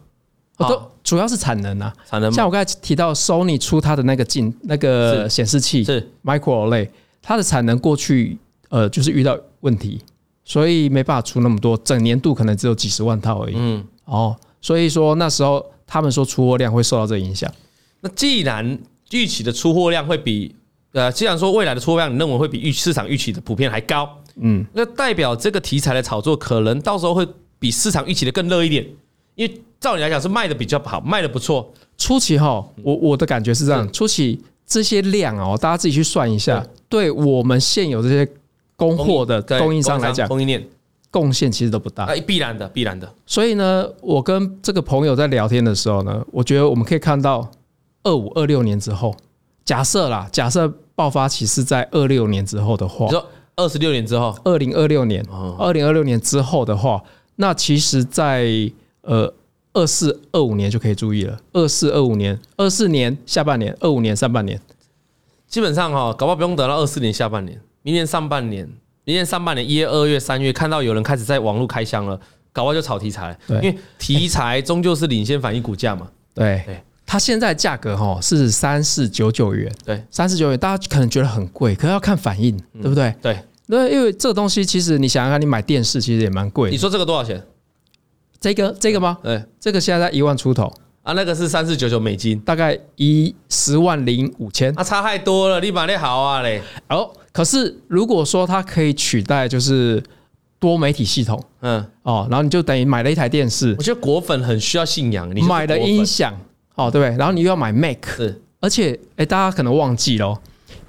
Speaker 2: 我
Speaker 1: 好
Speaker 2: 都主要是产能啊，
Speaker 1: 产哦能嘛
Speaker 2: 像我刚才提到 Sony 出它的那个镜那个
Speaker 1: 是
Speaker 2: 显示器
Speaker 1: 是
Speaker 2: Micro OLED，它的产能过去呃就是遇到问题，所以没办法出那么多，整年度可能只有几十万套而已，
Speaker 1: 嗯。
Speaker 2: 哦，所以说那时候他们说出货量会受到这个影响。
Speaker 1: 那既然预期的出货量会比呃，既然说未来的出货量，你认为会比预市场预期的普遍还高，嗯，那代表这个题材的炒作可能到时候会比市场预期的更热一点，因为照理来讲是卖的比较好，卖的不错，
Speaker 2: 初期哈，我我的感觉是这样，初期这些量哦，大家自己去算一下，对我们现有这些供货的
Speaker 1: 对
Speaker 2: 供应商哎来讲，
Speaker 1: 供应链
Speaker 2: 贡献其实都不大。
Speaker 1: 啊，必然的，必然的，
Speaker 2: 所以呢，我跟这个朋友在聊天的时候呢，我觉得我们可以看到二五二六年之后，假设啦，假设爆发期是在二六年之后的话
Speaker 1: 你，说二十六年之后，
Speaker 2: 二零二六年
Speaker 1: 哦，
Speaker 2: 二零二六年之后的话，那其实在呃。二四二五年就可以注意了。二四二五年，二四年下半年，二五年上半年，
Speaker 1: 基本上哈、搞不好不用等到二四年下半年，明年上半年，明年上半年一月、二月、三月，看到有人开始在网络开箱了，搞不好就炒题材，
Speaker 2: 对
Speaker 1: 因为题材终究是领先反映股价嘛。
Speaker 2: 对
Speaker 1: 对，
Speaker 2: 它现在价格哈是三四九九元，
Speaker 1: 对，嗯
Speaker 2: 三四九元，大家可能觉得很贵，可是要看反应，对不对？
Speaker 1: 对，
Speaker 2: 那因为这个东西，其实你想想看，你买电视其实也蛮贵
Speaker 1: 你
Speaker 2: 的。
Speaker 1: 说这个多少钱？
Speaker 2: 这个这个吗？
Speaker 1: 哎、
Speaker 2: 这个现在在一万出头，
Speaker 1: 啊，那个是三四九九美金，
Speaker 2: 大概一十万零五千。
Speaker 1: 啊，差太多了，你把那好啊嘞，
Speaker 2: 哦，可是如果说它可以取代就是多媒体系统
Speaker 1: 嗯，
Speaker 2: 哦，然后你就等于买了一台电视
Speaker 1: 我，觉得果粉很需要信仰，你就是
Speaker 2: 买了
Speaker 1: 果粉
Speaker 2: 音响，哦对不对？然后你又要买 Mac，
Speaker 1: 是
Speaker 2: 而且哎，大家可能忘记了，哦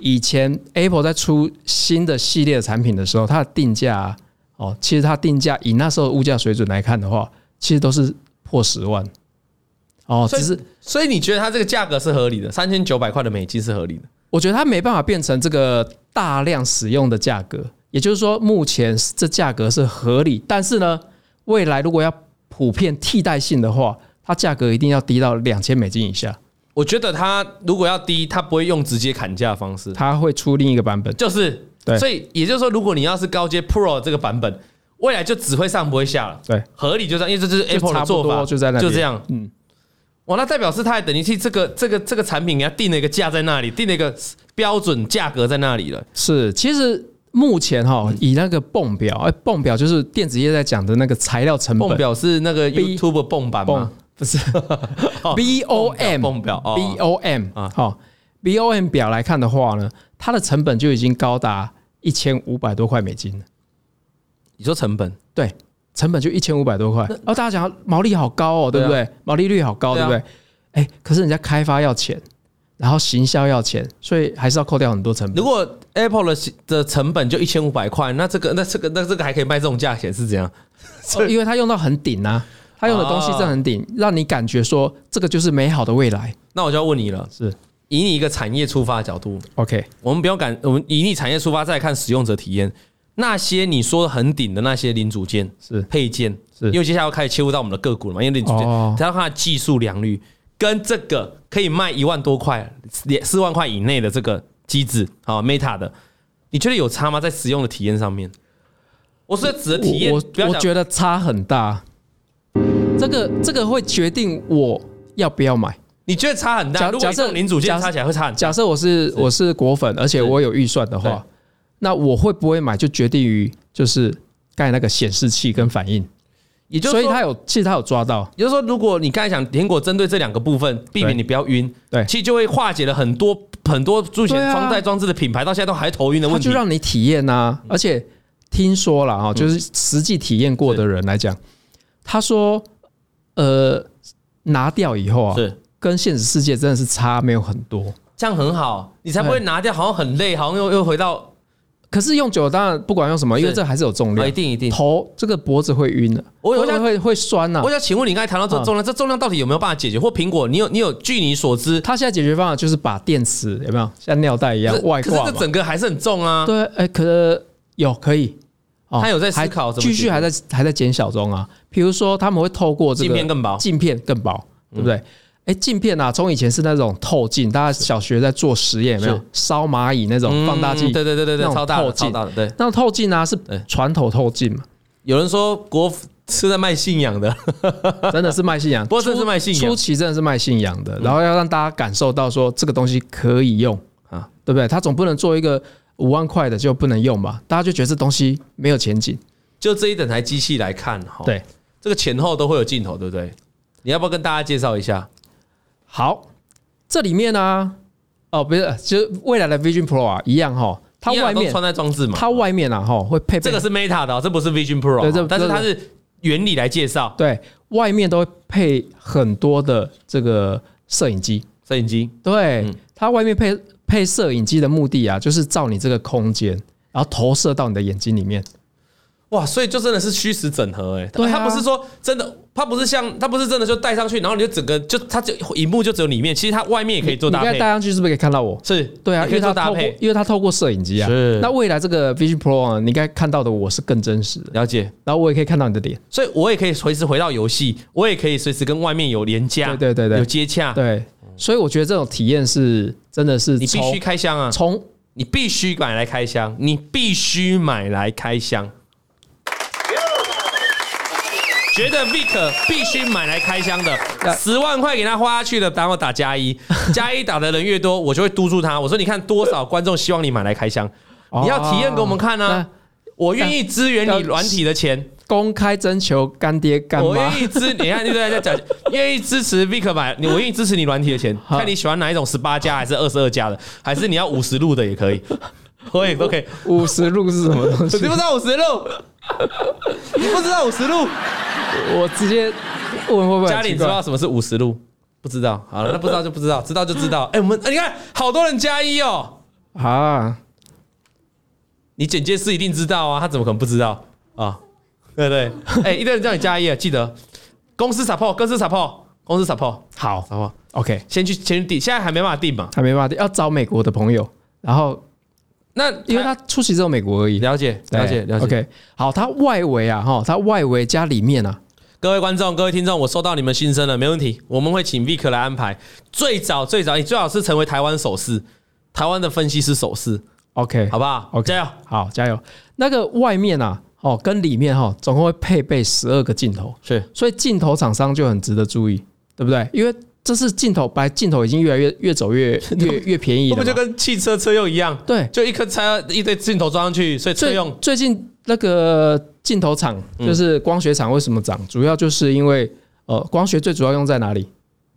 Speaker 2: 以前 Apple 在出新的系列的产品的时候，它的定价啊哦，其实它定价以那时候的物价水准来看的话，其实都是破十万。哦，
Speaker 1: 所以
Speaker 2: 只是
Speaker 1: 所以你觉得它这个价格是合理的，三千九百块的美金是合理的？
Speaker 2: 我觉得它没办法变成这个大量使用的价格，也就是说，目前这价格是合理，但是呢，未来如果要普遍替代性的话，它价格一定要低到两千美金以下，
Speaker 1: 我觉得它如果要低，它不会用直接砍价的方式，
Speaker 2: 它会出另一个版本。
Speaker 1: 就是
Speaker 2: 对
Speaker 1: 所以也就是说，如果你要是高阶 Pro 这个版本，未来就只会上不会下了，
Speaker 2: 对，
Speaker 1: 合理就这样，因为这就是 Apple
Speaker 2: 差不
Speaker 1: 的做法，
Speaker 2: 多就在那边
Speaker 1: 就这样，嗯。哇，那代表是它还等于替这个这个这个产品给它定了一个价在那里，定了一个标准价格在那里
Speaker 2: 嗯
Speaker 1: 了。
Speaker 2: 是，其实目前哈、以那个泵表，哎，泵表就是电子业在讲的那个材料成
Speaker 1: 泵
Speaker 2: 本，
Speaker 1: 表是那个
Speaker 2: B-
Speaker 1: YouTube 泵版
Speaker 2: 泵
Speaker 1: 吗？
Speaker 2: 不是
Speaker 1: 哦
Speaker 2: B O M
Speaker 1: 泵表哦
Speaker 2: B O M
Speaker 1: 啊
Speaker 2: 好 B O M 表来看的话呢，它的成本就已经高达一千五百多块美金了，
Speaker 1: 你说成本？
Speaker 2: 对，成本就一千五百多块，哦，大家讲毛利好高哦，对不
Speaker 1: 对啊
Speaker 2: 对？毛利率好高，对
Speaker 1: 对啊
Speaker 2: 不对？哎，可是人家开发要钱，然后行销要钱，所以还是要扣掉很多成本
Speaker 1: 如。果 Apple 的的成本就一千五百块，那这个那这个那这个还可以卖这种价钱是怎样？
Speaker 2: 哦因为它用到很顶啊，它用的东西真的很
Speaker 1: 哦
Speaker 2: 顶，让你感觉说这个就是美好的未来。
Speaker 1: 那我就要问你了，
Speaker 2: 是
Speaker 1: 以你一个产业出发的角度，
Speaker 2: OK，
Speaker 1: 我们不要赶，我们以你产业出发再来看使用者体验。那些你说很顶的那些零组件
Speaker 2: 是
Speaker 1: 配件，
Speaker 2: 是
Speaker 1: 因为接下来要开始切入到我们的个股了嘛，因为零组件，
Speaker 2: 哦
Speaker 1: 它要看它的技术良率跟这个可以卖一万多块、四万块以内的这个机子啊，Meta 的，你觉得有差吗？在使用的体验上面，我是指的体验，
Speaker 2: 我
Speaker 1: 不
Speaker 2: 我
Speaker 1: 要
Speaker 2: 我
Speaker 1: 讲
Speaker 2: 觉得差很大，这个这个会决定我要不要买。
Speaker 1: 你觉得差很大？
Speaker 2: 假
Speaker 1: 如果
Speaker 2: 假设
Speaker 1: 用零组件
Speaker 2: 假设
Speaker 1: 差起来会差很大，
Speaker 2: 假设我是我是果粉，而且我有预算的
Speaker 1: 对
Speaker 2: 话，那我会不会买就决定于就是刚才那个显示器跟反应，
Speaker 1: 也就是
Speaker 2: 所以
Speaker 1: 说
Speaker 2: 它有其实它有抓到，
Speaker 1: 也就是说，如果你刚才讲苹果针对这两个部分，避免你不要晕，
Speaker 2: 对
Speaker 1: 其实就会化解了很多很多助
Speaker 2: 对
Speaker 1: 险
Speaker 2: 啊
Speaker 1: 防带装置的品牌到现在都还头晕的
Speaker 2: 它
Speaker 1: 问
Speaker 2: 就
Speaker 1: 题。嗯
Speaker 2: 让你体验啊，而且听说了哈，就是实际体验过的人来讲，他说呃拿掉以后啊，
Speaker 1: 是
Speaker 2: 跟现实世界真的是差没有很多。
Speaker 1: 这样很好，你才不会
Speaker 2: 对
Speaker 1: 拿掉，好像很累，好像又又回到
Speaker 2: 可是用久了当然不管用什么，因为
Speaker 1: 是
Speaker 2: 这还是有重
Speaker 1: 啊一
Speaker 2: 量，
Speaker 1: 定一定。
Speaker 2: 头这个脖子会晕的，
Speaker 1: 我有
Speaker 2: 脖子
Speaker 1: 想
Speaker 2: 会会酸啊呐
Speaker 1: 我。想请问你刚才谈到
Speaker 2: 嗯
Speaker 1: 这重量，这重量到底有没有办法解决？或苹果，你有你有据你所知，
Speaker 2: 它现在解决方法就是把电池有没有像尿袋一样
Speaker 1: 可是
Speaker 2: 外
Speaker 1: 可是
Speaker 2: 挂
Speaker 1: 这
Speaker 2: 嘛？
Speaker 1: 整个还是很重啊。
Speaker 2: 对，哎，可是有可以。哦
Speaker 1: 他有在思考
Speaker 2: 还
Speaker 1: 怎么
Speaker 2: 继
Speaker 1: 解
Speaker 2: 续
Speaker 1: 决
Speaker 2: 还在还在减小中啊。比如说，他们会透过这个
Speaker 1: 镜片更薄嗯
Speaker 2: 镜片更薄，对不对？哎，镜片啊，从以前是那种透镜，大家小学在做实验有没有
Speaker 1: 是？
Speaker 2: 烧蚂蚁那种放大镜
Speaker 1: 嗯，对对对对
Speaker 2: 那
Speaker 1: 对，
Speaker 2: 种
Speaker 1: 超大的
Speaker 2: 透
Speaker 1: 超
Speaker 2: 镜
Speaker 1: 大的。对，
Speaker 2: 那种透镜啊是
Speaker 1: 对
Speaker 2: 传统透镜嘛，
Speaker 1: 有人说国服是在卖信仰的，
Speaker 2: 真的是卖信仰，
Speaker 1: 不过真的是卖信仰嗯
Speaker 2: 初期真的是卖信仰的，然后要让大家感受到说这个东西可以用
Speaker 1: 啊
Speaker 2: 啊，对不对？他总不能做一个五万块的就不能用吧？大家就觉得这东西没有前景。
Speaker 1: 就这一整台机器来看哈，
Speaker 2: 对，
Speaker 1: 这个前后都会有镜头，对不对？你要不要跟大家介绍一下？
Speaker 2: 好，这里面呢、哦，不是，就是未来的 Vision Pro 啊，一样哈，它
Speaker 1: 一样
Speaker 2: 外
Speaker 1: 都
Speaker 2: 面
Speaker 1: 穿戴装置嘛，
Speaker 2: 它外面啊哈会配备
Speaker 1: 这个是 Meta 的哦，这不是 Vision Pro，
Speaker 2: 对
Speaker 1: 哦
Speaker 2: 这
Speaker 1: 但是
Speaker 2: 这
Speaker 1: 它是原理来介绍
Speaker 2: 对外面都会配很多的这个摄影机，
Speaker 1: 摄影机，
Speaker 2: 对，它外面配配摄影机的目的啊，就是照你这个空间，然后投射到你的眼睛里面。
Speaker 1: 哇，所以就真的是虚实整合哎、欸，
Speaker 2: 对啊
Speaker 1: 它不是说真的，它不是像它不是真的就戴上去，然后你就整个就它就荧幕就只有里面，其实它外面也可以做
Speaker 2: 你
Speaker 1: 搭
Speaker 2: 刚才
Speaker 1: 配
Speaker 2: 戴，上去是不是可以看到我？
Speaker 1: 是
Speaker 2: 对啊，因
Speaker 1: 也可
Speaker 2: 为
Speaker 1: 以
Speaker 2: 它
Speaker 1: 做搭
Speaker 2: 透过
Speaker 1: 配，，
Speaker 2: 因为它透过摄影机啊。
Speaker 1: 是
Speaker 2: 那未来这个 Vision Pro 啊，你应该看到的我是更真实的，
Speaker 1: 了解。
Speaker 2: 然后我也可以看到你的脸。
Speaker 1: 所以我也可以随时回到游戏，我也可以随时跟外面有连接，
Speaker 2: 对对对对
Speaker 1: 有接洽。
Speaker 2: 对，所以我觉得这种体验是真的是
Speaker 1: 啊你必须
Speaker 2: 从
Speaker 1: 开箱啊！
Speaker 2: 从
Speaker 1: 你必须买来开箱，你必须买来开箱。觉得 Vic 必须买来开箱的，十万块给他花下去了，然后打加一，加一打的人越多，我就会督促他。我说：“你看多少观众希望你买来开箱，你要体验给我们看啊！我愿意支援你软体的钱，
Speaker 2: 公开征求干爹干
Speaker 1: 我
Speaker 2: 妈
Speaker 1: 愿意支，你看你对在讲，愿意支持 Vic 买，你我愿意支持你软体的钱，
Speaker 2: 好
Speaker 1: 看你喜欢哪一种十八加还是二十二加的，还是你要五十路的也可以， 我也都可以。
Speaker 2: 五十路是什么东西
Speaker 1: 你？不知道五十路，你不知道五十路，
Speaker 2: 我直接问会不会
Speaker 1: 嘉
Speaker 2: 很
Speaker 1: 玲
Speaker 2: 奇
Speaker 1: 知
Speaker 2: 怪
Speaker 1: 道？什么是五十路？不知道，好了，那不知道就不知道，知道就知道。哎、我们、哎你看好多人加一哦，
Speaker 2: 啊，
Speaker 1: 你简介是一定知道啊，他怎么可能不知道啊？对不对，哎、一堆人叫你加一啊，记得公司 support，公司 support，公司 support，
Speaker 2: 好
Speaker 1: 好
Speaker 2: ，OK，
Speaker 1: 先去先去订，现在还没办法订嘛。
Speaker 2: 还没办法，要找美国的朋友，然后
Speaker 1: 那
Speaker 2: 因为他出席只有美国而已。
Speaker 1: 了解了解
Speaker 2: 对
Speaker 1: 了解。
Speaker 2: OK，好，它外围啊，哈，它外围加里面啊，
Speaker 1: 各位观众、各位听众，我收到你们心声了，没问题，我们会请 Vic 来安排。最早最早，你最好是成为台湾首饰，台湾的分析师首饰，
Speaker 2: OK，
Speaker 1: 好不好
Speaker 2: OK
Speaker 1: 加油！
Speaker 2: 好，加油。那个外面啊，哦，跟里面哈、哦，总共会配备十二个镜头，
Speaker 1: 是
Speaker 2: 所以镜头厂商就很值得注意，对不对？因为这是镜头，白镜头已经越来越越走 越越越便宜
Speaker 1: 会不
Speaker 2: 了
Speaker 1: 会就
Speaker 2: 嘛。
Speaker 1: 跟汽车车用一样？
Speaker 2: 对，
Speaker 1: 就一颗车一堆镜头装上去，所以车
Speaker 2: 最
Speaker 1: 用嗯
Speaker 2: 最近那个镜头厂就是光学厂为什么涨？主要就是因为呃，光学最主要用在哪里？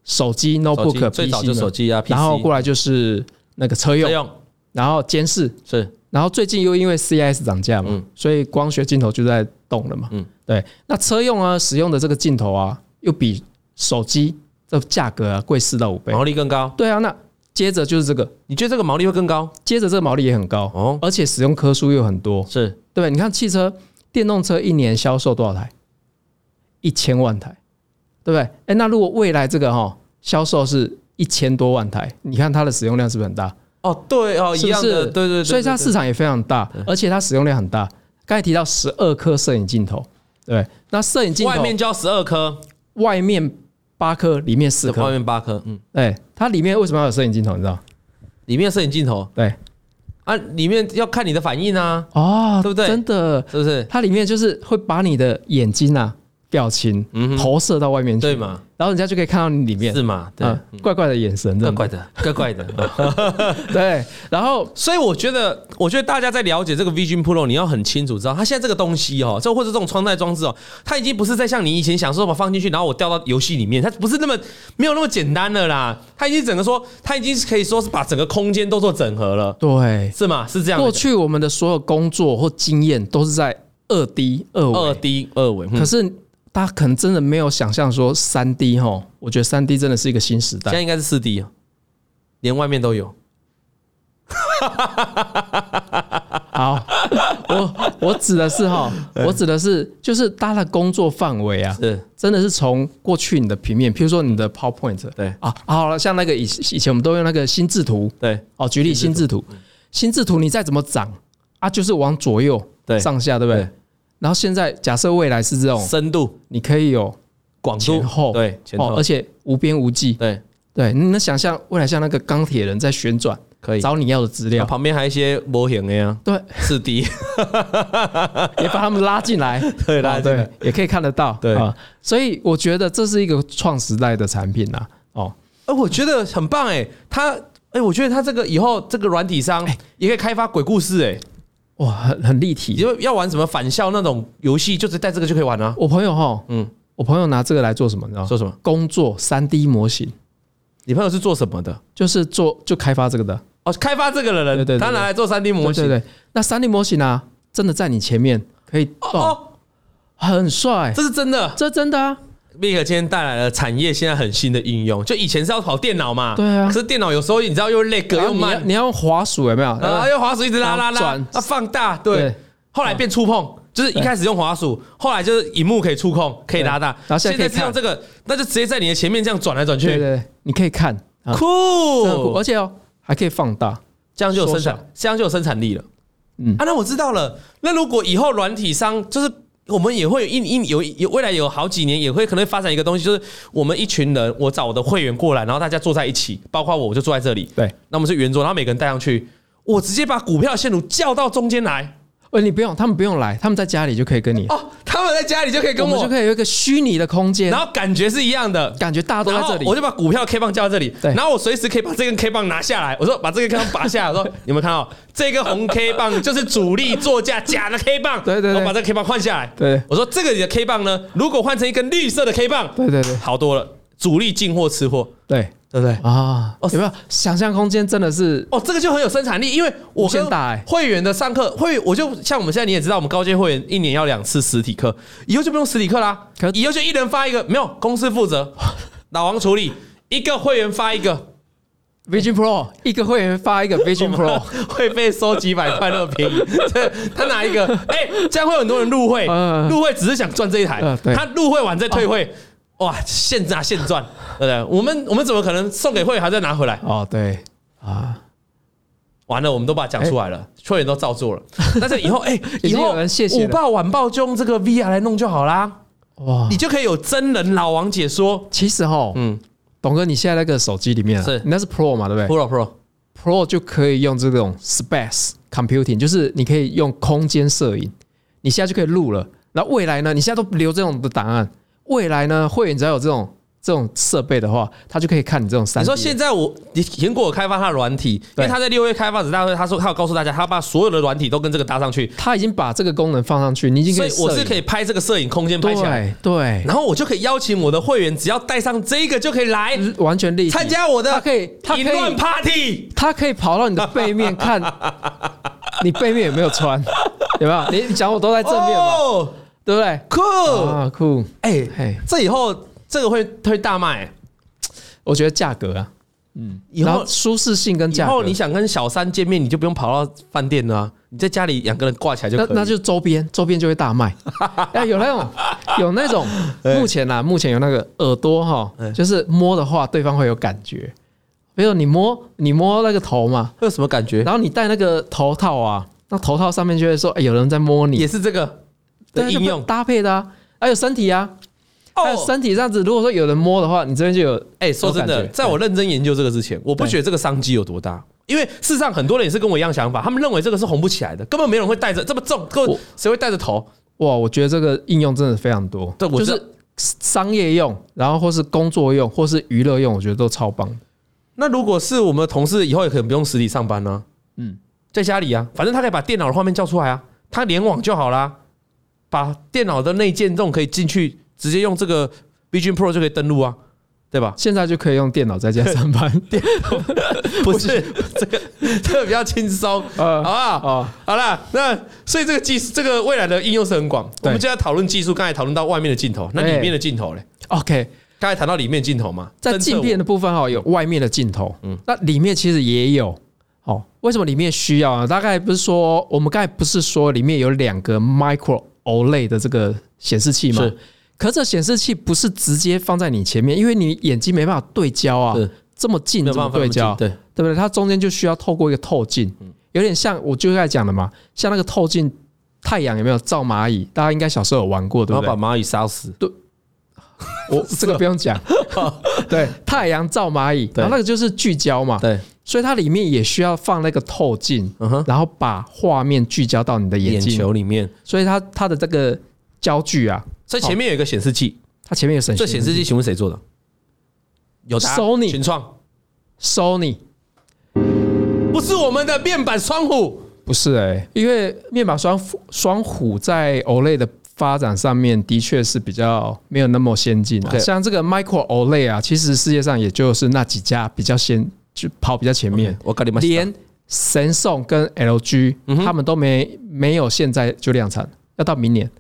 Speaker 2: 手机、
Speaker 1: 手机
Speaker 2: notebook、
Speaker 1: 最早
Speaker 2: PC
Speaker 1: 就
Speaker 2: 嘛
Speaker 1: 手机啊，PC，
Speaker 2: 然后过来就是那个车
Speaker 1: 车
Speaker 2: 用，
Speaker 1: 用
Speaker 2: 然后监视，
Speaker 1: 是
Speaker 2: 然后最近又因为 CIS 涨价嘛，
Speaker 1: 嗯
Speaker 2: 所以光学镜头就在动了嘛。
Speaker 1: 嗯
Speaker 2: 对。那车用啊，使用的这个镜头啊，又比手机的价格啊贵四到五倍。
Speaker 1: 毛利更高。
Speaker 2: 对啊，那接着就是这个，
Speaker 1: 你觉得这个毛利会更高？
Speaker 2: 接着这个毛利也很高，
Speaker 1: 哦
Speaker 2: 而且使用颗数又很多，
Speaker 1: 是
Speaker 2: 对不对？你看汽车电动车一年销售多少台？一千万台，对不对？哎，那如果未来这个哈、销售是一千多万台，你看它的使用量是不是很大？
Speaker 1: 哦，对哦，
Speaker 2: 是
Speaker 1: 一
Speaker 2: 不
Speaker 1: 样
Speaker 2: 是
Speaker 1: 的，？对对对。
Speaker 2: 所以它
Speaker 1: 对
Speaker 2: 市场也非常大，而且它使用量很大。刚才提到十二颗摄影镜头，对，那摄影镜头
Speaker 1: 外面就要十二颗，
Speaker 2: 外面八颗，里面四
Speaker 1: 外
Speaker 2: 颗，
Speaker 1: 面八颗，嗯，
Speaker 2: 对，它里面为什么要有摄影镜头？你知道？
Speaker 1: 里面摄影镜头
Speaker 2: 对，
Speaker 1: 啊，里面要看你的反应啊，
Speaker 2: 哦，
Speaker 1: 对不对
Speaker 2: 真的，
Speaker 1: 是不是？
Speaker 2: 它里面就是会把你的眼睛啊、表情
Speaker 1: 嗯
Speaker 2: 投射到外面去，
Speaker 1: 对嘛？
Speaker 2: 然后人家就可以看到你里面
Speaker 1: 是，嘛？对，
Speaker 2: 嗯，怪怪的眼神，
Speaker 1: 怪
Speaker 2: 真的，
Speaker 1: 怪的，怪怪的。
Speaker 2: 对，然后
Speaker 1: 所以我觉得，我觉得大家在了解这个 Vision Pro，你要很清楚知道，它现在这个东西哦，这或者这种穿戴装置哦，它已经不是在像你以前想说把它放进去，然后我掉到游戏里面，它不是那么没有那么简单了啦。它已经整个说，它已经可以说是把整个空间都做整合了，
Speaker 2: 对，
Speaker 1: 是吗？是这样的。
Speaker 2: 过去我们的所有工作或经验都是在二 D 二维
Speaker 1: 二 D 二维，嗯
Speaker 2: 可是大家可能真的没有想象说三 D 哈，我觉得三 D 真的是一个新时
Speaker 1: 现在
Speaker 2: 代。
Speaker 1: 应该是四 D 啊，连外面都有。
Speaker 2: 好，我我指的是哈，我指的是就是大家的工作范围啊，
Speaker 1: 是
Speaker 2: 真的是从过去你的平面，譬如说你的 PowerPoint，
Speaker 1: 对
Speaker 2: 啊，好了，像那个以以前我们都用那个心智图
Speaker 1: 对
Speaker 2: 哦，举例心智图，心智图你再怎么长啊，就是往左右
Speaker 1: 对
Speaker 2: 上下，对不对
Speaker 1: 对？
Speaker 2: 然后现在假设未来是这种，
Speaker 1: 深度、
Speaker 2: 你可以有
Speaker 1: 广度
Speaker 2: 前后
Speaker 1: 对前
Speaker 2: 哦，
Speaker 1: 后
Speaker 2: 而且无边无际，
Speaker 1: 对
Speaker 2: 对，你能想象未来像那个钢铁人在旋转，
Speaker 1: 可以。
Speaker 2: 找你要的资
Speaker 1: 然
Speaker 2: 料
Speaker 1: 后，旁边还有一些模型的呀，
Speaker 2: 对，
Speaker 1: 四 D
Speaker 2: 也把他们拉进来，
Speaker 1: 对拉
Speaker 2: 啊
Speaker 1: 进来
Speaker 2: 对，也可以看得到，
Speaker 1: 对
Speaker 2: 啊，所以我觉得这是一个创时代的产品呐，哦，
Speaker 1: 哎、我觉得很棒哎、他哎、我觉得他这个以后这个软体商
Speaker 2: 哎
Speaker 1: 也可以开发鬼故事哎、
Speaker 2: 哇，很很立
Speaker 1: 你
Speaker 2: 体。
Speaker 1: 就要玩什么返校那种游戏，就是带这个就可以玩啊。
Speaker 2: 我朋友哈，
Speaker 1: 嗯
Speaker 2: 嗯，我朋友拿这个来做什么？你知道吗
Speaker 1: 说什么？
Speaker 2: 工作三 D 模型，
Speaker 1: 你朋友是做什么的？
Speaker 2: 就是做就开发这个的，
Speaker 1: 哦，开发这个的人，
Speaker 2: 对对对对
Speaker 1: 他拿来做三 D 模型。哦
Speaker 2: 对对对。那三 D 模型啊，真的在你前面可以
Speaker 1: 哦
Speaker 2: 动，
Speaker 1: 哦，
Speaker 2: 很帅，
Speaker 1: 这是真的。
Speaker 2: 这真的啊，
Speaker 1: Vic 今天带来了产业现在很新的应用，就以前是要跑电脑嘛，
Speaker 2: 对啊
Speaker 1: 可是电脑有时候你知道又累格
Speaker 2: 然啊
Speaker 1: 又
Speaker 2: 后你要
Speaker 1: 慢，啊
Speaker 2: 你要用滑鼠有没有？
Speaker 1: 然后又滑鼠一直拉拉
Speaker 2: 然后
Speaker 1: 拉
Speaker 2: 转，哦
Speaker 1: 啊放大，对，后来变触碰，就是一开始用滑鼠，后来就是荧幕可以触控，可以拉大，
Speaker 2: 然后现在可以
Speaker 1: 在是用
Speaker 2: 看
Speaker 1: 这个，那就直接在你的前面这样转来转
Speaker 2: 对
Speaker 1: 去，
Speaker 2: 对，对你可以看啊，真的很酷
Speaker 1: 酷
Speaker 2: 而，且哦还可以放大，
Speaker 1: 这样就有生
Speaker 2: 缩
Speaker 1: 产，这样就有生产力了。
Speaker 2: 嗯
Speaker 1: 啊，那我知道了。那如果以后软体商就是。我们也会有一一有有未来有好几年也会可能会发展一个东西，就是我们一群人，我找我的会员过来，然后大家坐在一起，包括我，我就坐在这里，
Speaker 2: 对，
Speaker 1: 那我们是圆桌，然后每个人带上去，我直接把股票线路叫到中间来，
Speaker 2: 呃，你不用，他们不用来，他们在家里就可以跟你，
Speaker 1: 哦，他们在家里就可以跟
Speaker 2: 我
Speaker 1: 我，
Speaker 2: 们就可以有一个虚拟的空间
Speaker 1: 然，后感觉是一样的。
Speaker 2: 感觉大家都
Speaker 1: 然
Speaker 2: 在
Speaker 1: 后
Speaker 2: 这里
Speaker 1: 我。就把股票 K 棒叫到这里，
Speaker 2: 对
Speaker 1: 然后我随时可以把这根 K 棒拿下来。我说把这根 K 棒拔下来，我说 你们看到这根红 K 棒就是主力座驾假的 K 棒，
Speaker 2: 对对对
Speaker 1: 我把这个 K 棒换下来。
Speaker 2: 对
Speaker 1: 我说这个里的 K 棒呢，如果换成一根绿色的 K 棒，
Speaker 2: 对对对
Speaker 1: 好多了，主力进货吃货，
Speaker 2: 对
Speaker 1: 对不对？
Speaker 2: 啊
Speaker 1: 哦，
Speaker 2: 有没有想象空间？真的是
Speaker 1: 哦，这个就很有生产力，因为我
Speaker 2: 无限
Speaker 1: 跟
Speaker 2: 大欸
Speaker 1: 会员的上课会，我就像我们现在你也知道，我们高阶会员一年要两次实体课，以后就不用实体课啦
Speaker 2: 可，
Speaker 1: 以后就一人发一个，没有公司负责， 老王处理，一个会员发一个，
Speaker 2: Vision Pro 一个会员发一个
Speaker 1: 哦
Speaker 2: Vision Pro，
Speaker 1: 会被收几百块那么便宜，这 他拿一个，哎，这样会有很多人入会
Speaker 2: 嗯，
Speaker 1: 入会只是想赚这一台
Speaker 2: 嗯，对
Speaker 1: 他入会完再退会。哇，现拿现赚，对不对？我们我们怎么可能送给会员还再拿回来？
Speaker 2: 哦，对啊，
Speaker 1: 完了，我们都把它讲出来了，会员都照做了。 但是以后，哎、
Speaker 2: 哎 已经
Speaker 1: 以后
Speaker 2: 有人谢谢了啊
Speaker 1: 午报晚报就用这个 VR 来弄就好啦，
Speaker 2: 哇
Speaker 1: 你，就可以有真人老王解说。
Speaker 2: 其实哈，
Speaker 1: 嗯
Speaker 2: 董哥，你现在那个手机里面啊
Speaker 1: 是
Speaker 2: 你那是 Pro 嘛，对不对
Speaker 1: ，Pro Pro，
Speaker 2: ？Pro 就可以用这种 Space Computing，就是你可以用空间摄影，你现在就可以录了。然后未来呢，你现在都留这种的档案，未来呢，会员只要有这种这种设备的话，他就可以看你这种三。
Speaker 1: 你说现在我你苹果有开发它的软体，因
Speaker 2: 对
Speaker 1: 为他在六月开发者大会，他说他有告诉大家，他把所有的软体都跟这个搭上去，
Speaker 2: 他已经把这个功能放上去，你已经
Speaker 1: 所
Speaker 2: 可以
Speaker 1: 以我
Speaker 2: 摄
Speaker 1: 是
Speaker 2: 影
Speaker 1: 可以拍这个摄影空间拍起来，
Speaker 2: 对对，
Speaker 1: 然后我就可以邀请我的会员，只要带上这个就可以来
Speaker 2: 完全立体
Speaker 1: 参加我的
Speaker 2: 嗯他可以他可
Speaker 1: 淫乱
Speaker 2: 以
Speaker 1: party。
Speaker 2: 他可以跑到你的背面看你背面有没有穿，有没有？你你讲我都在正面嘛，
Speaker 1: 哦，
Speaker 2: 对不对？
Speaker 1: 酷！
Speaker 2: 啊，酷！
Speaker 1: 哎、
Speaker 2: 嘿，
Speaker 1: 这以后这个会会大卖、
Speaker 2: 我觉得价格啊，
Speaker 1: 以
Speaker 2: 然
Speaker 1: 后
Speaker 2: 后舒适性跟
Speaker 1: 以
Speaker 2: 价
Speaker 1: 后
Speaker 2: 格
Speaker 1: 你，想跟小三见面，你就不用跑到饭店了啊、你在家里两个人挂起来就可
Speaker 2: 那
Speaker 1: 以。
Speaker 2: 那就周边，周边就会大 卖。哎，有那种有那种，目前啊，目前有那个耳朵哈，就是摸的话，对方会有感觉。比如你摸你摸那个头嘛，
Speaker 1: 会有什么感觉？
Speaker 2: 然后你戴那个头套啊，那头套上面就会说，哎，有人在摸你
Speaker 1: 也，是这个
Speaker 2: 对啊
Speaker 1: 的应
Speaker 2: 就
Speaker 1: 用
Speaker 2: 搭配的啊，还有身体啊，还有
Speaker 1: 哦。
Speaker 2: 身体这样子，如果说有人摸的话，你这边就有
Speaker 1: 哎、说真
Speaker 2: 有
Speaker 1: 的，
Speaker 2: 感觉
Speaker 1: 在我认真研究这个之前，我不觉得这个商机有多大，因为事实上很多人也是跟我一样想法，他们认为这个是红不起来的，根本没有人会带着这么重，根本
Speaker 2: 我
Speaker 1: 谁会带着头？
Speaker 2: 哇，我觉得这个应用真的非常多，
Speaker 1: 对我
Speaker 2: 就
Speaker 1: 知道
Speaker 2: 是商业用，然后或是工作用，或是娱乐用，我觉得都超棒。
Speaker 1: 那如果是我们的同事，以后也可能不用实体上班呢、嗯
Speaker 2: 嗯，？
Speaker 1: 在家里啊，反正他可以把电脑的画面叫出来啊，他联网就好啦，把电脑的内建这种可以进去，直接用这个 Vision Pro 就可以登录啊，对吧
Speaker 2: 现在就可以用电脑在家上 班，
Speaker 1: 不是 这个，这个比较轻松，好
Speaker 2: 呃
Speaker 1: 不好？
Speaker 2: 啊，
Speaker 1: 好啦，那所以这个技术，这个未来的应用是很广。我
Speaker 2: 对
Speaker 1: 们就要讨论技术，刚才讨论到外面的镜头，那
Speaker 2: 对
Speaker 1: 里面的镜头嘞？
Speaker 2: OK，
Speaker 1: 刚才谈到里面镜头嘛，
Speaker 2: 在
Speaker 1: 侦测
Speaker 2: 镜片的部分哈，有外面的镜头，嗯，那里面其实也有。哦，为什么里面需要啊？大概不是说我们刚才不是说里面有两个 micro OLED 的这个显示器吗
Speaker 1: 是？
Speaker 2: 可这显示器不是直接放在你前面，因为你眼睛没办法对焦啊
Speaker 1: 是，
Speaker 2: 这么近
Speaker 1: 没
Speaker 2: 怎么
Speaker 1: 有办法
Speaker 2: 对焦？
Speaker 1: 对，
Speaker 2: 对不对？它中间就需要透过一个透镜，
Speaker 1: 嗯
Speaker 2: 有点像我就在讲的嘛，像那个透镜，太阳有没有照蚂蚁？大家应该小时候有玩过，对
Speaker 1: 然
Speaker 2: 不
Speaker 1: 后把
Speaker 2: 对？
Speaker 1: 蚂蚁杀死。
Speaker 2: 我这个不用 讲，对，太阳照蚂蚁，然后那个就是聚焦嘛，
Speaker 1: 对，
Speaker 2: 所以它里面也需要放那个透镜，
Speaker 1: 嗯哼，
Speaker 2: 然后把画面聚焦到你的眼
Speaker 1: 眼
Speaker 2: 睛，
Speaker 1: 球里面。
Speaker 2: 所以它它的这个焦距啊，
Speaker 1: 所以前面有一个显示器，
Speaker 2: 它前面有省
Speaker 1: 这显示器请问谁做的？有答案
Speaker 2: Sony
Speaker 1: 群创，
Speaker 2: Sony
Speaker 1: 不是我们的面板双虎。
Speaker 2: 不是哎、因为面板双虎双虎在 OLED 的发展上面的确是比较没有那么先进啊。
Speaker 1: OK
Speaker 2: 像这个 Micro OLED 啊，其实世界上也就是那几家比较先就跑比较前面，
Speaker 1: 我搞你妈！
Speaker 2: 连神送跟 LG、他
Speaker 1: 嗯
Speaker 2: 们都没没有现在就量产，要到明年。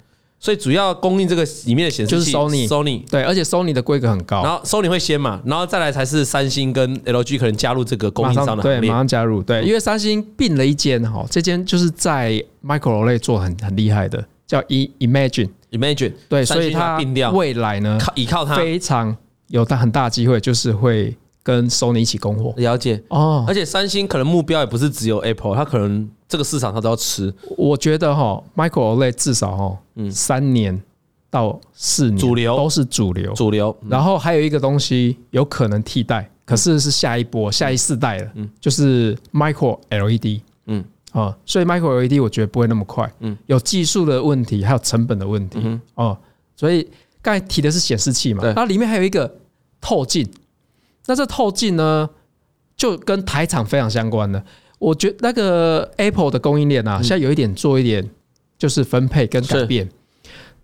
Speaker 1: 所以主要供应这个里面的显示
Speaker 2: 就
Speaker 1: 器
Speaker 2: 是 Sony
Speaker 1: Sony，
Speaker 2: 对，而且 Sony 的规格很
Speaker 1: 然
Speaker 2: 高，
Speaker 1: 后 Sony 会先嘛，然后再来才是三星跟 LG 可能加入这个供
Speaker 2: 马
Speaker 1: 应
Speaker 2: 上
Speaker 1: 商的
Speaker 2: 对
Speaker 1: 行列嗯
Speaker 2: 马。上加入对，因为三星并了一间哈，这间就是在 Micro OLED 做得很很厉害的，叫 E Imagine，
Speaker 1: Imagine
Speaker 2: 对，
Speaker 1: 三
Speaker 2: 所以
Speaker 1: 星把
Speaker 2: 它
Speaker 1: 它并掉，
Speaker 2: 未来呢
Speaker 1: 靠依靠它
Speaker 2: 非常有它很大机会，就是会跟 Sony 一起供货
Speaker 1: 了解。
Speaker 2: 哦。
Speaker 1: 而且三星可能目标也不是只有 Apple，它可能这个市场它都要吃
Speaker 2: 我觉得哈，Micro OLED 至少哈，三年到四年
Speaker 1: 嗯主流
Speaker 2: 都是主流，
Speaker 1: 主流。
Speaker 2: 然后还有一个东西有可能替代，可是是下一波、下一世代了，就是 Micro LED，
Speaker 1: 嗯
Speaker 2: 嗯啊，所以 Micro LED 我觉得不会那么快，
Speaker 1: 嗯
Speaker 2: 嗯，有技术的问题，还有成本的问题，哦，所以刚才提的是显示器嘛，
Speaker 1: 对
Speaker 2: 然后里面还有一个透镜，那这透镜呢，就跟台厂非常相关的。我觉得那个 Apple 的供应链啊，现在有一点做一点就是分配跟改
Speaker 1: 是
Speaker 2: 变。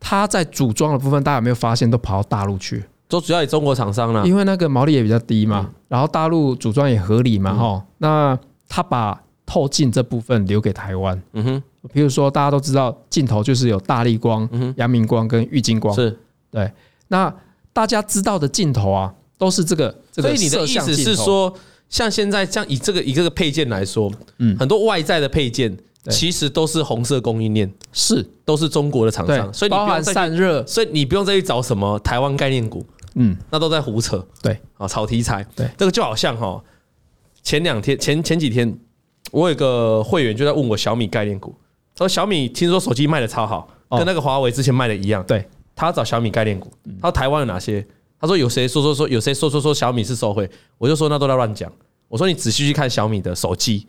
Speaker 2: 它在组装的部分，大家有没有发现都跑到大陆去？
Speaker 1: 都主要以中国厂商啦。
Speaker 2: 因为那个毛利也比较低嘛，
Speaker 1: 嗯
Speaker 2: 然后大陆组装也合理嘛，哈、那他把透镜这部分留给台湾，
Speaker 1: 嗯哼，
Speaker 2: 比如说大家都知道镜头就是有大力光、阳明光跟玉晶光，
Speaker 1: 嗯是。
Speaker 2: 对，那大家知道的镜头啊，都是这个这
Speaker 1: 所
Speaker 2: 个
Speaker 1: 以你的
Speaker 2: 摄
Speaker 1: 意
Speaker 2: 像
Speaker 1: 思是
Speaker 2: 镜头，
Speaker 1: 说，像现在像以这个以这个配件来说，嗯，很多外在的配件
Speaker 2: 对
Speaker 1: 其实都是红色供应链，
Speaker 2: 是
Speaker 1: 都是中国的厂
Speaker 2: 对
Speaker 1: 商，，所以你
Speaker 2: 包
Speaker 1: 不用
Speaker 2: 含
Speaker 1: 再去，
Speaker 2: 散热，
Speaker 1: 所以你不用再去找什么台湾概念股，
Speaker 2: 嗯，
Speaker 1: 那都在胡扯
Speaker 2: 对，
Speaker 1: 啊，炒题材。
Speaker 2: 对，
Speaker 1: 这个就好像哈，前两天前前几天，我有个会员就在问我小米概念股，他说小米听说手机卖的超好，
Speaker 2: 哦
Speaker 1: 跟那个华为之前卖的一样，
Speaker 2: 对，嗯
Speaker 1: 他要找小米概念股，他说台湾有哪些？他说有谁说说说有谁说说说小米是受贿，我就说那都在乱讲。我说你仔细去看小米的手机，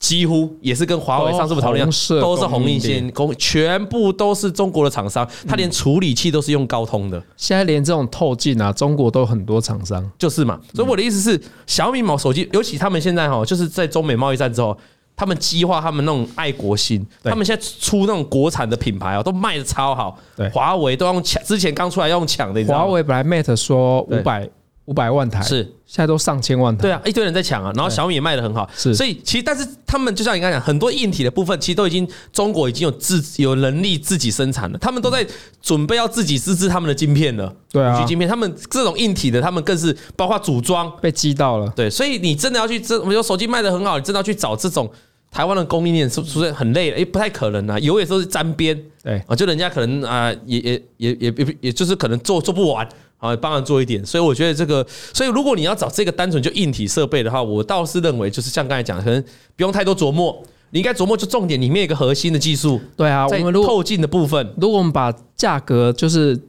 Speaker 1: 几乎也是跟华为
Speaker 2: 都
Speaker 1: 上次我们讨论一样
Speaker 2: 红色
Speaker 1: 都是
Speaker 2: 供
Speaker 1: 红
Speaker 2: 应嗯
Speaker 1: 硬线供，全部都是中国的厂商，他连处理器都是用高通的。
Speaker 2: 现在连这种透镜啊，中国都有很多厂商，
Speaker 1: 就是嘛。所以我的意思是，小米某手机，尤其他们现在哈，就是在中美贸易战之后，他们激化他们那种爱国心，
Speaker 2: 对
Speaker 1: 他们现在出那种国产的品牌哦，都卖的超好
Speaker 2: 对。
Speaker 1: 华为都用抢，之前刚出来要用抢的，你知道吗
Speaker 2: 华为本来 Mate 说
Speaker 1: 对
Speaker 2: 五百五百万台，
Speaker 1: 是
Speaker 2: 现在都上千万台，
Speaker 1: 对啊，一堆人在抢啊，然后小米也卖的很好，
Speaker 2: 是
Speaker 1: 所以其实但是他们就像你刚才讲，很多硬体的部分其实都已经中国已经有自有能力自己生产了，他们都在准备要自己自制他们的晶片了，
Speaker 2: 对啊
Speaker 1: 五 G 晶片，他们这种硬体的，他们更是包括组装，
Speaker 2: 被击到了。
Speaker 1: 对，所以你真的要去真，我们说手机卖的很好，你真的要去找这种台湾的供应链，是不是很累了？也不太可能啊，有也都是沾边
Speaker 2: 对，
Speaker 1: 啊，就人家可能啊、也也也也也也就是可能做做不完啊，帮忙做一点。所以我觉得这个，所以如果你要找这个单纯就硬体设备的话，我倒是认为就是像刚才讲，可能不用太多琢磨，你应该琢磨就重点里面有一个核心的技术，
Speaker 2: 对啊，我
Speaker 1: 在
Speaker 2: 们如果
Speaker 1: 透镜的部分
Speaker 2: 如果我们把价格就是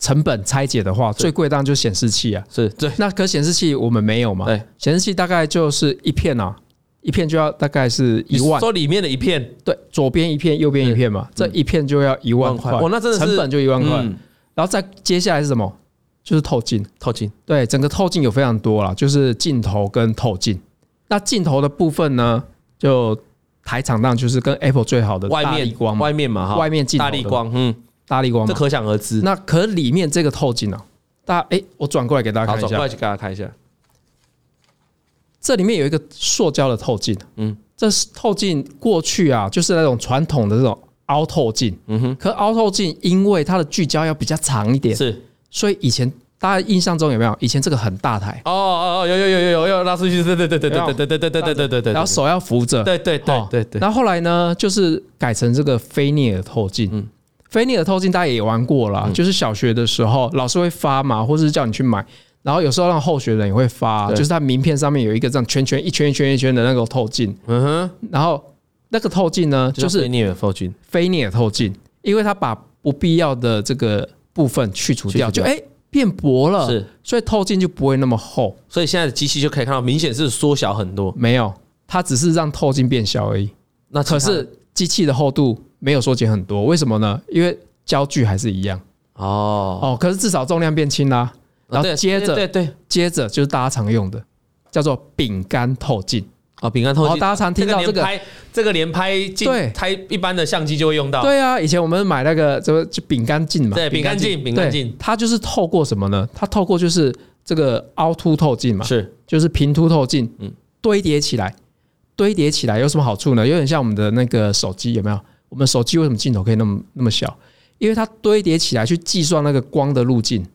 Speaker 2: 成本拆解的话，最贵当然就是显示器啊。
Speaker 1: 是对
Speaker 2: 那可显示器我们没有嘛？
Speaker 1: 对，
Speaker 2: 显示器大概就是一片啊，一片就要大概是一万，
Speaker 1: 说里面的一片
Speaker 2: 对，左边一片，右边一片嘛，这一片就要一万块，
Speaker 1: 哇，哦那真的是
Speaker 2: 成本就一万块。
Speaker 1: 嗯
Speaker 2: 然后再接下来是什么？就是透镜。
Speaker 1: 透镜
Speaker 2: 对，整个透镜有非常多啦，就是镜头跟透镜。那镜头的部分呢，就台厂当然就是跟 Apple 最好的
Speaker 1: 外
Speaker 2: 大力
Speaker 1: 面
Speaker 2: 光嘛，
Speaker 1: 外面嘛哈，
Speaker 2: 外面镜头
Speaker 1: 大
Speaker 2: 的
Speaker 1: 力光，嗯，
Speaker 2: 大力光
Speaker 1: 这
Speaker 2: 嘛。
Speaker 1: 可想而知。
Speaker 2: 那可里面这个透镜啊，大家哎、我转过来给大家
Speaker 1: 好，
Speaker 2: 看一
Speaker 1: 转过
Speaker 2: 下
Speaker 1: 来，去给大家看一下。
Speaker 2: 这里面有一个塑胶的透镜，
Speaker 1: 嗯
Speaker 2: 嗯，这是透镜过去啊，就是那种传统的这种凹透镜，嗯哼，可凹透镜因为它的聚焦要比较长一点，
Speaker 1: 是
Speaker 2: 所以以前大家印象中有没有？以前这个很大台，
Speaker 1: 哦哦哦，有有有有有有拉出去，对对对对对对对对对对对对对，
Speaker 2: 然后手要扶着，
Speaker 1: 对对对
Speaker 2: 哦
Speaker 1: 对对，
Speaker 2: 然后后来呢，就是改成这个菲涅尔透镜。嗯，菲涅尔透镜大家也玩过啦，
Speaker 1: 嗯
Speaker 2: 就是小学的时候老师会发嘛，或者是叫你去买。然后有时候让候选人也会发，
Speaker 1: 对
Speaker 2: 就是他名片上面有一个这样圈圈一圈一圈一圈的那个透镜，
Speaker 1: 嗯哼，
Speaker 2: 然后那个透镜呢，就
Speaker 1: 就是
Speaker 2: 是
Speaker 1: 你有暴君，
Speaker 2: 菲涅尔透镜，因为它把不必要的这个部分去除掉，
Speaker 1: 去
Speaker 2: 就
Speaker 1: 除掉
Speaker 2: 哎变薄了，
Speaker 1: 是，
Speaker 2: 所以透镜就不会那么厚。
Speaker 1: 所以现在的机器就可以看到，明显是缩小很多。
Speaker 2: 没有，它只是让透镜变小而已。
Speaker 1: 那
Speaker 2: 可是机器的厚度没有缩减很多，为什么呢？因为焦距还是一样
Speaker 1: 哦，
Speaker 2: 哦，可是至少重量变轻啦、然后接着
Speaker 1: 对对
Speaker 2: 接着就是大家常用的，叫做饼干透镜。
Speaker 1: 哦，饼干
Speaker 2: 然
Speaker 1: 透
Speaker 2: 后
Speaker 1: 镜，
Speaker 2: 大家常听到这
Speaker 1: 连
Speaker 2: 个，
Speaker 1: 拍这个连拍镜，拍一般的相机就会用到。
Speaker 2: 对啊，以前我们买那个什么就饼干镜嘛，
Speaker 1: 对饼干镜饼干镜
Speaker 2: 对它就是透过什么呢？它透过就是这个凹凸透镜嘛，
Speaker 1: 是
Speaker 2: 就是平凸透镜，
Speaker 1: 嗯
Speaker 2: 堆叠起来，堆叠起来有什么好处呢？有点像我们的那个手机，有没有？我们手机为什么镜头可以那么那么小？因为它堆叠起来去计算那个光的路径，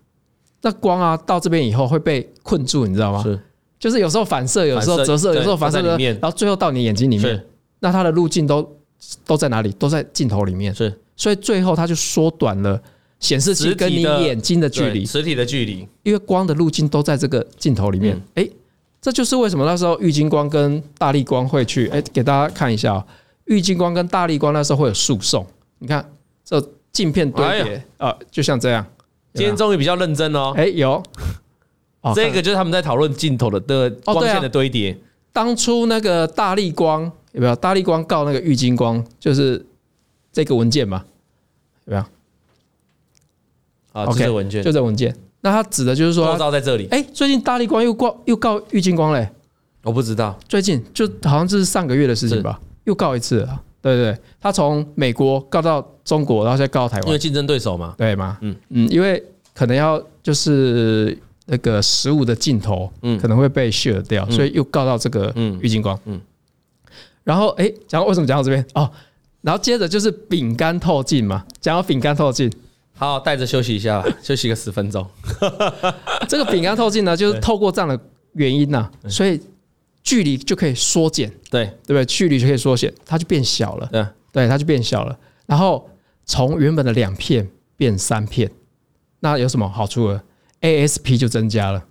Speaker 2: 那光啊到这边以后会被困住，你知道吗？
Speaker 1: 是
Speaker 2: 就是有时候反射，有时候
Speaker 1: 反射
Speaker 2: 折射，
Speaker 1: 对
Speaker 2: 有时候反射，
Speaker 1: 都在里面
Speaker 2: 然后最后到你眼睛里面
Speaker 1: 是，
Speaker 2: 那它的路径都都在哪里？都在镜头里面。
Speaker 1: 是，
Speaker 2: 所以最后它就缩短了显示器
Speaker 1: 实体
Speaker 2: 跟你
Speaker 1: 的
Speaker 2: 眼睛的距
Speaker 1: 对
Speaker 2: 离，
Speaker 1: 实体的距离，
Speaker 2: 因为光的路径都在这个镜头里面。
Speaker 1: 嗯
Speaker 2: 诶，这就是为什么那时候玉金光跟大力光会去，诶，给大家看一下、哦，玉金光跟大力光那时候会有诉讼。你看这镜片堆
Speaker 1: 哎
Speaker 2: 叠啊、就像这样。
Speaker 1: 今天终于比较认真哦。
Speaker 2: 哎、有，哦
Speaker 1: 这个就是他们在讨论镜头的的
Speaker 2: 哦
Speaker 1: 光
Speaker 2: 对啊
Speaker 1: 线的堆叠，
Speaker 2: 当初那个大力光有没有？大力光告那个玉金光，就是这个文件嘛，有没有？
Speaker 1: 啊，这
Speaker 2: OK，
Speaker 1: 是文件
Speaker 2: 就这文件。那他指的就是说
Speaker 1: 构，造在这里，
Speaker 2: 哎、最近大力光又告又告玉金光嘞、
Speaker 1: 我不知道，
Speaker 2: 最近就好像这是上个月的事情吧，又告一次了啊。对对对，他从美国告到中国，然后再告到台
Speaker 1: 因为
Speaker 2: 湾，
Speaker 1: 竞争对手嘛，
Speaker 2: 对吗？
Speaker 1: 嗯
Speaker 2: 嗯嗯，因为可能要就是那个食物的镜头，
Speaker 1: 嗯
Speaker 2: 可能会被削掉，所以又告到这个
Speaker 1: 嗯
Speaker 2: 郁金光，
Speaker 1: 嗯
Speaker 2: 嗯。然后哎，讲到为什么讲到这边哦，然后接着就是饼干透镜嘛，讲到饼干透镜，
Speaker 1: 好好带着休息一下吧，休息个十分钟。
Speaker 2: 这个饼干透镜 呢，就是透过这样的原因呐、
Speaker 1: 嗯
Speaker 2: 所以距离就可以缩减，
Speaker 1: 对，
Speaker 2: 对不对？距离就可以缩减，它就变小了。
Speaker 1: 嗯，
Speaker 2: 对，它就变小了。然后从原本的两片变三片，那有什么好处呢？ASP 就增加了。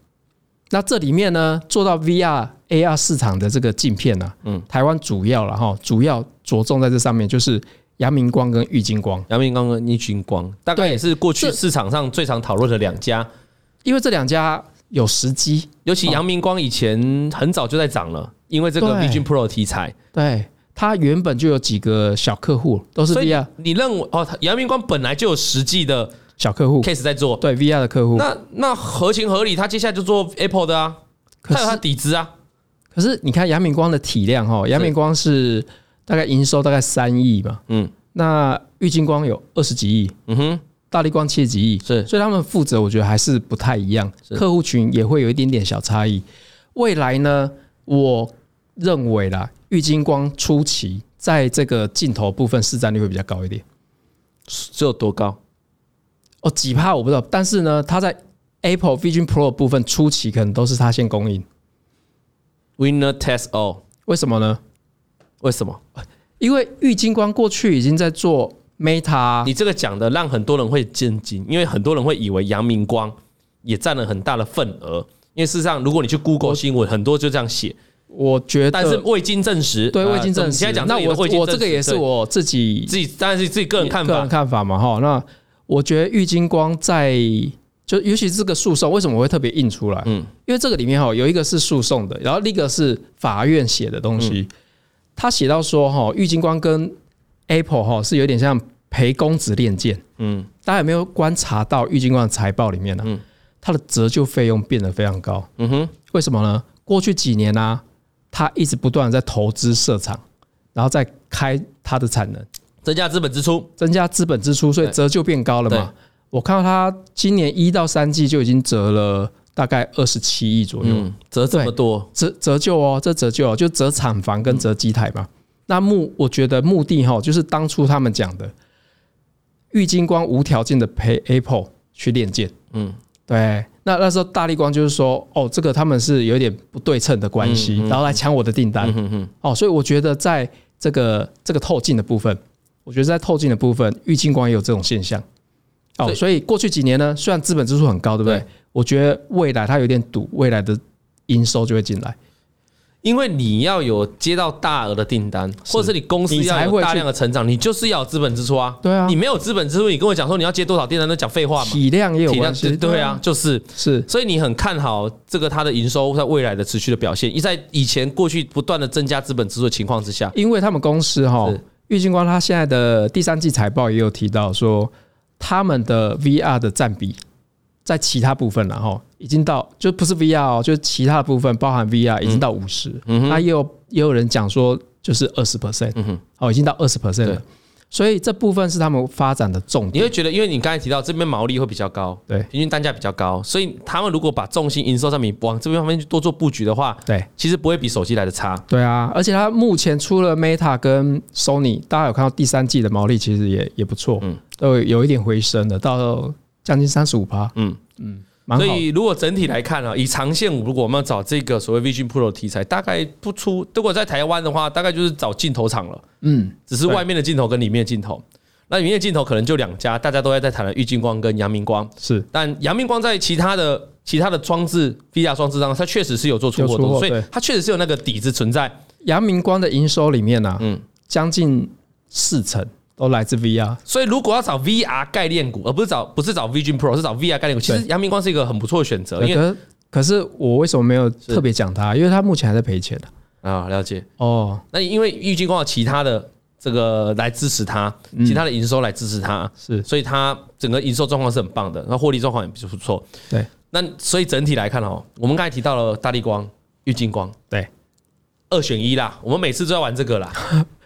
Speaker 2: 那这里面呢，做到 VR、AR 市场的这个镜片呢、嗯，台湾主要了哈，主要着重在这上面，就是阳明光跟玉金光，
Speaker 1: 阳明光跟逆军光，大概
Speaker 2: 对
Speaker 1: 也是过去
Speaker 2: 这
Speaker 1: 市场上最常讨论的两家，
Speaker 2: 因为这两家有时机，
Speaker 1: 尤其
Speaker 2: 哦
Speaker 1: 阳明光以前很早就在涨了，因为这个
Speaker 2: 对
Speaker 1: Vision Pro 的题材，
Speaker 2: 对它原本就有几个小客户都是
Speaker 1: 所以
Speaker 2: VR
Speaker 1: 你认为哦，阳明光本来就有实际的
Speaker 2: 小客户，
Speaker 1: case 在做，
Speaker 2: 对 VR 的客户。
Speaker 1: 那那合情合理，他接下来就做 Apple 的啊，
Speaker 2: 可
Speaker 1: 他有
Speaker 2: 是
Speaker 1: 他底子啊，
Speaker 2: 可是你看阳明光的体量哈，阳明光是大概营收大概三亿嘛，
Speaker 1: 嗯
Speaker 2: 嗯，那玉金光有二十几亿，
Speaker 1: 嗯哼，
Speaker 2: 大力光七十几亿，
Speaker 1: 是
Speaker 2: 所以他们负责我觉得还是不太一样，客户群也会有一点点小差异。未来呢，我认为啦，玉金光初期在这个镜头部分市占率会比较高一点，
Speaker 1: 这有多高？
Speaker 2: 哦，几趴我不知道，但是呢，它在 Apple Vision Pro 的部分初期可能都是它先供应，
Speaker 1: Winner Test All，
Speaker 2: 为什么呢？
Speaker 1: 为什么？
Speaker 2: 因为玉金光过去已经在做 Meta，
Speaker 1: 你这个讲的让很多人会震惊，因为很多人会以为阳明光也占了很大的份额，因为事实上，如果你去 Google 新闻，很多就这样写，
Speaker 2: 我觉得，
Speaker 1: 但是未经证实。
Speaker 2: 对
Speaker 1: 啊
Speaker 2: 未经
Speaker 1: 我
Speaker 2: 证
Speaker 1: 们
Speaker 2: 实
Speaker 1: 现在，讲
Speaker 2: 那
Speaker 1: 这个也
Speaker 2: 我
Speaker 1: 未经
Speaker 2: 我
Speaker 1: 证
Speaker 2: 这
Speaker 1: 实
Speaker 2: 个也是
Speaker 1: 对
Speaker 2: 我自己
Speaker 1: 自己，当然是自己个人看
Speaker 2: 个
Speaker 1: 法
Speaker 2: 人。看法嘛哈。那我觉得玉金光在就尤其是这个诉讼，为什么我会特别印出来？
Speaker 1: 嗯
Speaker 2: 嗯，因为这个里面哈有一个是诉讼的，然后另一个是法院写的东
Speaker 1: 嗯
Speaker 2: 西。他写到说哈，玉金光跟 Apple 哈是有点像陪公子练剑。
Speaker 1: 嗯
Speaker 2: 嗯，大家有没有观察到玉金光的财报里面呢、它的折旧费用变得非常高。
Speaker 1: 嗯哼，
Speaker 2: 为什么呢？过去几年呢、啊，他一直不断地在投资设厂，然后再开它的产能，
Speaker 1: 增加资本支出，
Speaker 2: 增加资本支出，所以
Speaker 1: 对
Speaker 2: 折旧变高了嘛。我看到它今年一到三季就已经折了大概二十七亿左右，
Speaker 1: 嗯，折这么多，
Speaker 2: 折折旧哦，这折旧哦，就折厂房
Speaker 1: 嗯
Speaker 2: 跟折机台嘛。那目我觉得目的哈、哦就是当初他们讲的，郁金光无条件的陪 Apple 去练剑。
Speaker 1: 嗯
Speaker 2: 嗯，对。那那时候大力光就是说，哦，这个他们是有点不对称的关系，然后来抢我的订单。
Speaker 1: 嗯哼哼，
Speaker 2: 哦，所以我觉得在这个这个透镜的部分，我觉得在透镜的部分，郁金光也有这种现象。
Speaker 1: 所
Speaker 2: 哦，
Speaker 1: 以
Speaker 2: 所以过去几年呢，虽然资本支出很高，对不对？
Speaker 1: 对
Speaker 2: 我觉得未来它有点赌，未来的营收就会进来。
Speaker 1: 因为你要有接到大额的订单，或者是你公司
Speaker 2: 你
Speaker 1: 要
Speaker 2: 才
Speaker 1: 有
Speaker 2: 会
Speaker 1: 大
Speaker 2: 去
Speaker 1: 量的成长，你就是要有资本支出啊。
Speaker 2: 对啊
Speaker 1: 你没有资本支出，你跟我讲说你要接多少订单，那讲废话嘛。
Speaker 2: 体量也有
Speaker 1: 体量
Speaker 2: 关系，
Speaker 1: 对啊，，就是
Speaker 2: 是
Speaker 1: 所以你很看好这个它的营收在未来的持续的表现，因为在以前过去不断的增加资本支出的情况之下，
Speaker 2: 因为他们公司哈
Speaker 1: 是，
Speaker 2: 郁金光它现在的第三季财报也有提到说，他们的 VR 的占比在其他部分然后已经到就不是 VR 哦，就是其他部分包含
Speaker 1: 嗯
Speaker 2: VR 已经到五十、那也有也有人讲说就是二十 percent，哦，已经到二十 percent
Speaker 1: 嗯对
Speaker 2: 了，所以这部分是他们发展的重
Speaker 1: 你
Speaker 2: 点。
Speaker 1: 会觉得，因为你刚才提到这边毛利会比较高，
Speaker 2: 对
Speaker 1: 平均单价比较高，所以他们如果把重心营收上面往这边方面去多做布局的话，
Speaker 2: 对
Speaker 1: 其实不会比手机来的差。
Speaker 2: 对啊，而且它目前除了 Meta 跟 Sony，大家有看到第三季的毛利其实也也不错，嗯，都有一点回升的，到将近三十五趴，嗯嗯，蛮好
Speaker 1: 所
Speaker 2: 的。
Speaker 1: 以如果整体来看啊，以长线，如果我们要找这个所谓 Vision Pro 的题材，大概不出，如果在台湾的话，大概就是找镜头厂了，
Speaker 2: 嗯，
Speaker 1: 只是外面的镜头跟里面的镜头。那营业镜头可能就两家，大家都在在谈的玉晶光跟阳明光，
Speaker 2: 是
Speaker 1: 但阳明光在其他的其他的装置 VR 装置上，它确实是有做出货
Speaker 2: 有出
Speaker 1: 动，
Speaker 2: 货
Speaker 1: 所以
Speaker 2: 对
Speaker 1: 它确实是有那个底子存在。
Speaker 2: 阳明光的营收里面呢、啊，
Speaker 1: 嗯
Speaker 2: 嗯，将近四成都来自 VR，
Speaker 1: 所以如果要找 VR 概念股，而呃不是找不是找 Vision Pro，是找 VR 概念股，其实阳明光是一个很不错的选择，因为
Speaker 2: 可可是我为什么没有特别讲它？因为它目前还在赔钱的、
Speaker 1: 啊了解。
Speaker 2: 哦，
Speaker 1: 那因为郁金光有其他的这个来支持它，其他的营收来支持它，
Speaker 2: 是
Speaker 1: 所以它整个营收状况是很棒的，那获利状况也不不错。
Speaker 2: 对
Speaker 1: 那所以整体来看哦，我们刚才提到了大力光、郁金光
Speaker 2: 对，
Speaker 1: 二选一啦，我们每次都要玩这个啦。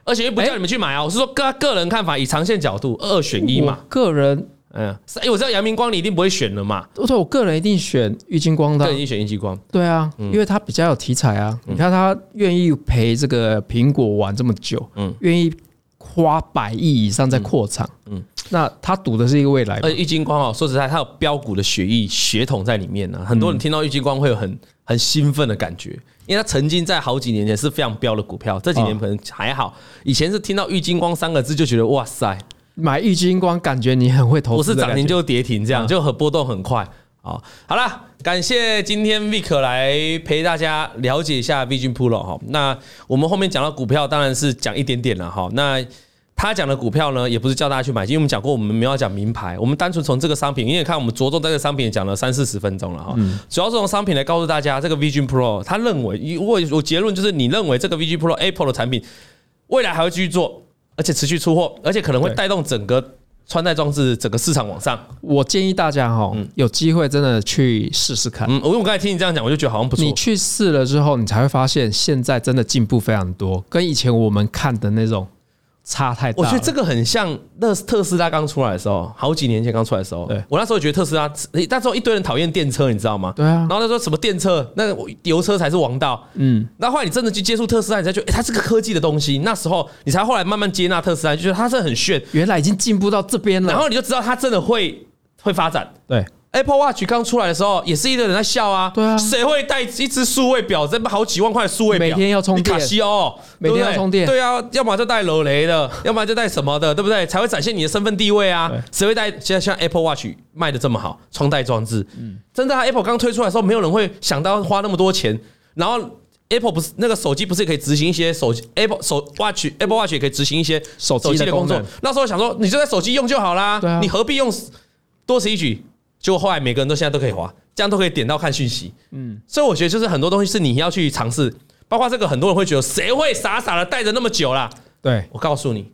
Speaker 1: 二选一不叫你们去买啊，我是说个个人看法，以长线角度二选一嘛
Speaker 2: 我。个人，
Speaker 1: 嗯，是因为我知道阳明光你一定不会选了嘛，
Speaker 2: 对我个人一定选郁金光的
Speaker 1: 个
Speaker 2: 啊、
Speaker 1: 人一定选郁金光。
Speaker 2: 对啊，
Speaker 1: 嗯
Speaker 2: 因为它比较有题材啊。你看它愿意陪这个苹果玩这么久，
Speaker 1: 嗯
Speaker 2: 嗯，愿意花百亿以上在扩厂，嗯，那它赌的是一个未来嘛
Speaker 1: 而，且郁金光哦，说实在，它有标股的血液血统在里面呢、很多人听到郁金光会有很很兴奋的感觉，因为它曾经在好几年前是非常标的股票，这几年可能还好。以前是听到郁金光三个字就觉得哇塞，
Speaker 2: 买郁金光感觉你很会投
Speaker 1: 不
Speaker 2: 资
Speaker 1: 是
Speaker 2: 的
Speaker 1: 涨
Speaker 2: 感觉，嗯
Speaker 1: 停就跌停，这样就很波动很快。好，好啦，感谢今天 Vic 来陪大家了解一下 Vision Pro 哈。那我们后面讲到股票，当然是讲一点点了哈。那他讲的股票呢，也不是叫大家去买，因为我们讲过，我们没有要讲名牌，我们单纯从这个商品，因为你看我们着重在这个商品也讲了三四十分钟了哈，
Speaker 2: 嗯
Speaker 1: 主要是从商品来告诉大家，这个 Vision Pro 他认为，我我结论就是，你认为这个 Vision Pro Apple 的产品未来还会继续做，而且持续出货，而且可能会
Speaker 2: 对
Speaker 1: 带动整个穿戴装置整个市场往上。
Speaker 2: 我建议大家哈，有机会真的去试试看。
Speaker 1: 嗯，因为我刚才听你这样讲，我就觉得好像不错
Speaker 2: 你。去试了之后，你才会发现现在真的进步非常多，跟以前我们看的那种差太大
Speaker 1: 我
Speaker 2: 了。
Speaker 1: 觉得这个很像那特斯拉刚出来的时候，好几年前刚出来的时候，
Speaker 2: 对
Speaker 1: 我那时候觉得特斯拉，那时候一堆人讨厌电车，你知道吗？
Speaker 2: 对啊
Speaker 1: 然，后他说什么电车，那个油车才是王道。嗯，那后来你真的去接触特斯拉，你才觉得，哎、它是个科技的东西。那时候你才后来慢慢接纳特斯拉，就觉得它是很炫，
Speaker 2: 原来已经进步到这边了。
Speaker 1: 然后你就知道它真的会会发展。
Speaker 2: 对，
Speaker 1: Apple Watch 刚出来的时候，也是一堆人在笑啊。
Speaker 2: 对啊
Speaker 1: 谁会带一只数位表，这么好几万块的数位表，
Speaker 2: 每天要充
Speaker 1: 你卡
Speaker 2: 电
Speaker 1: 西欧，
Speaker 2: 每天
Speaker 1: 对不对
Speaker 2: 要充电
Speaker 1: 对啊，要么就带楼雷 的，要么就带什么的，对不对？才会展现你的身份地位啊
Speaker 2: 对。
Speaker 1: 谁会带？现在像 Apple Watch 卖的这么好，穿戴装置，
Speaker 2: 嗯
Speaker 1: 真的、啊、Apple 刚推出来的时候，没有人会想到花那么多钱，然后。Apple 不是那个手机，不是也可以执行一些手机 Apple 手 Watch Apple Watch 也可以执行一些
Speaker 2: 手机的
Speaker 1: 哦手机的工作
Speaker 2: 功能。
Speaker 1: 那时候想说，你就在手机用就好啦，
Speaker 2: 对啊
Speaker 1: 你何必用多此一举。结果后来每个人都现在都可以滑，这样都可以点到看讯息。嗯，所以我觉得就是很多东西是你要去尝试，包括这个很多人会觉得谁会傻傻的带着那么久啦？
Speaker 2: 对，
Speaker 1: 我告诉你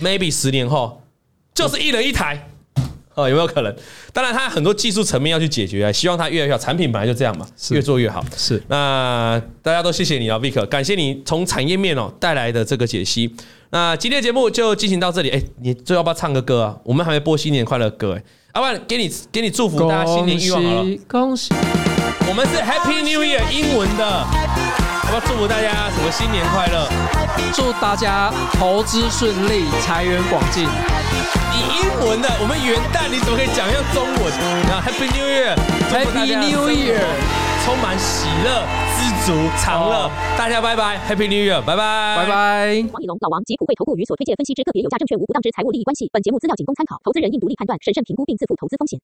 Speaker 1: ，maybe 十年后就是一人一台。哦，有没有可能？当然，它很多技术层面要去解决啊。希望它越来越好，产品本来就这样嘛，
Speaker 2: 是
Speaker 1: 越做越好。
Speaker 2: 是
Speaker 1: 那大家都谢谢你啊，Vic，感谢你从产业面哦带来的这个解析。那今天的节目就进行到这里，哎、你最后要不要唱个歌啊？我们还没播新年快乐歌哎、阿万给你给你祝福大家新年欲望好了。
Speaker 2: 恭喜！
Speaker 1: 我们是 Happy New Year 英文的，要不要祝福大家什么新年快乐？
Speaker 2: 祝大家投资顺利，财源广进。
Speaker 1: 你英文的，我们元旦你怎么可以讲像中文？那 Happy New Year，祝福
Speaker 2: Happy
Speaker 1: 大家
Speaker 2: New Year！
Speaker 1: 充满喜乐、知足、常乐。大家拜拜，Happy New Year，拜
Speaker 2: 拜。
Speaker 1: 拜，
Speaker 2: 拜。
Speaker 3: 王以龙、老王及普惠投顾与所推荐分析之个别有价证券无不当之财务利益关系。本节目资料仅供参考，投资人应独立判断、审慎评估并自负投资风险。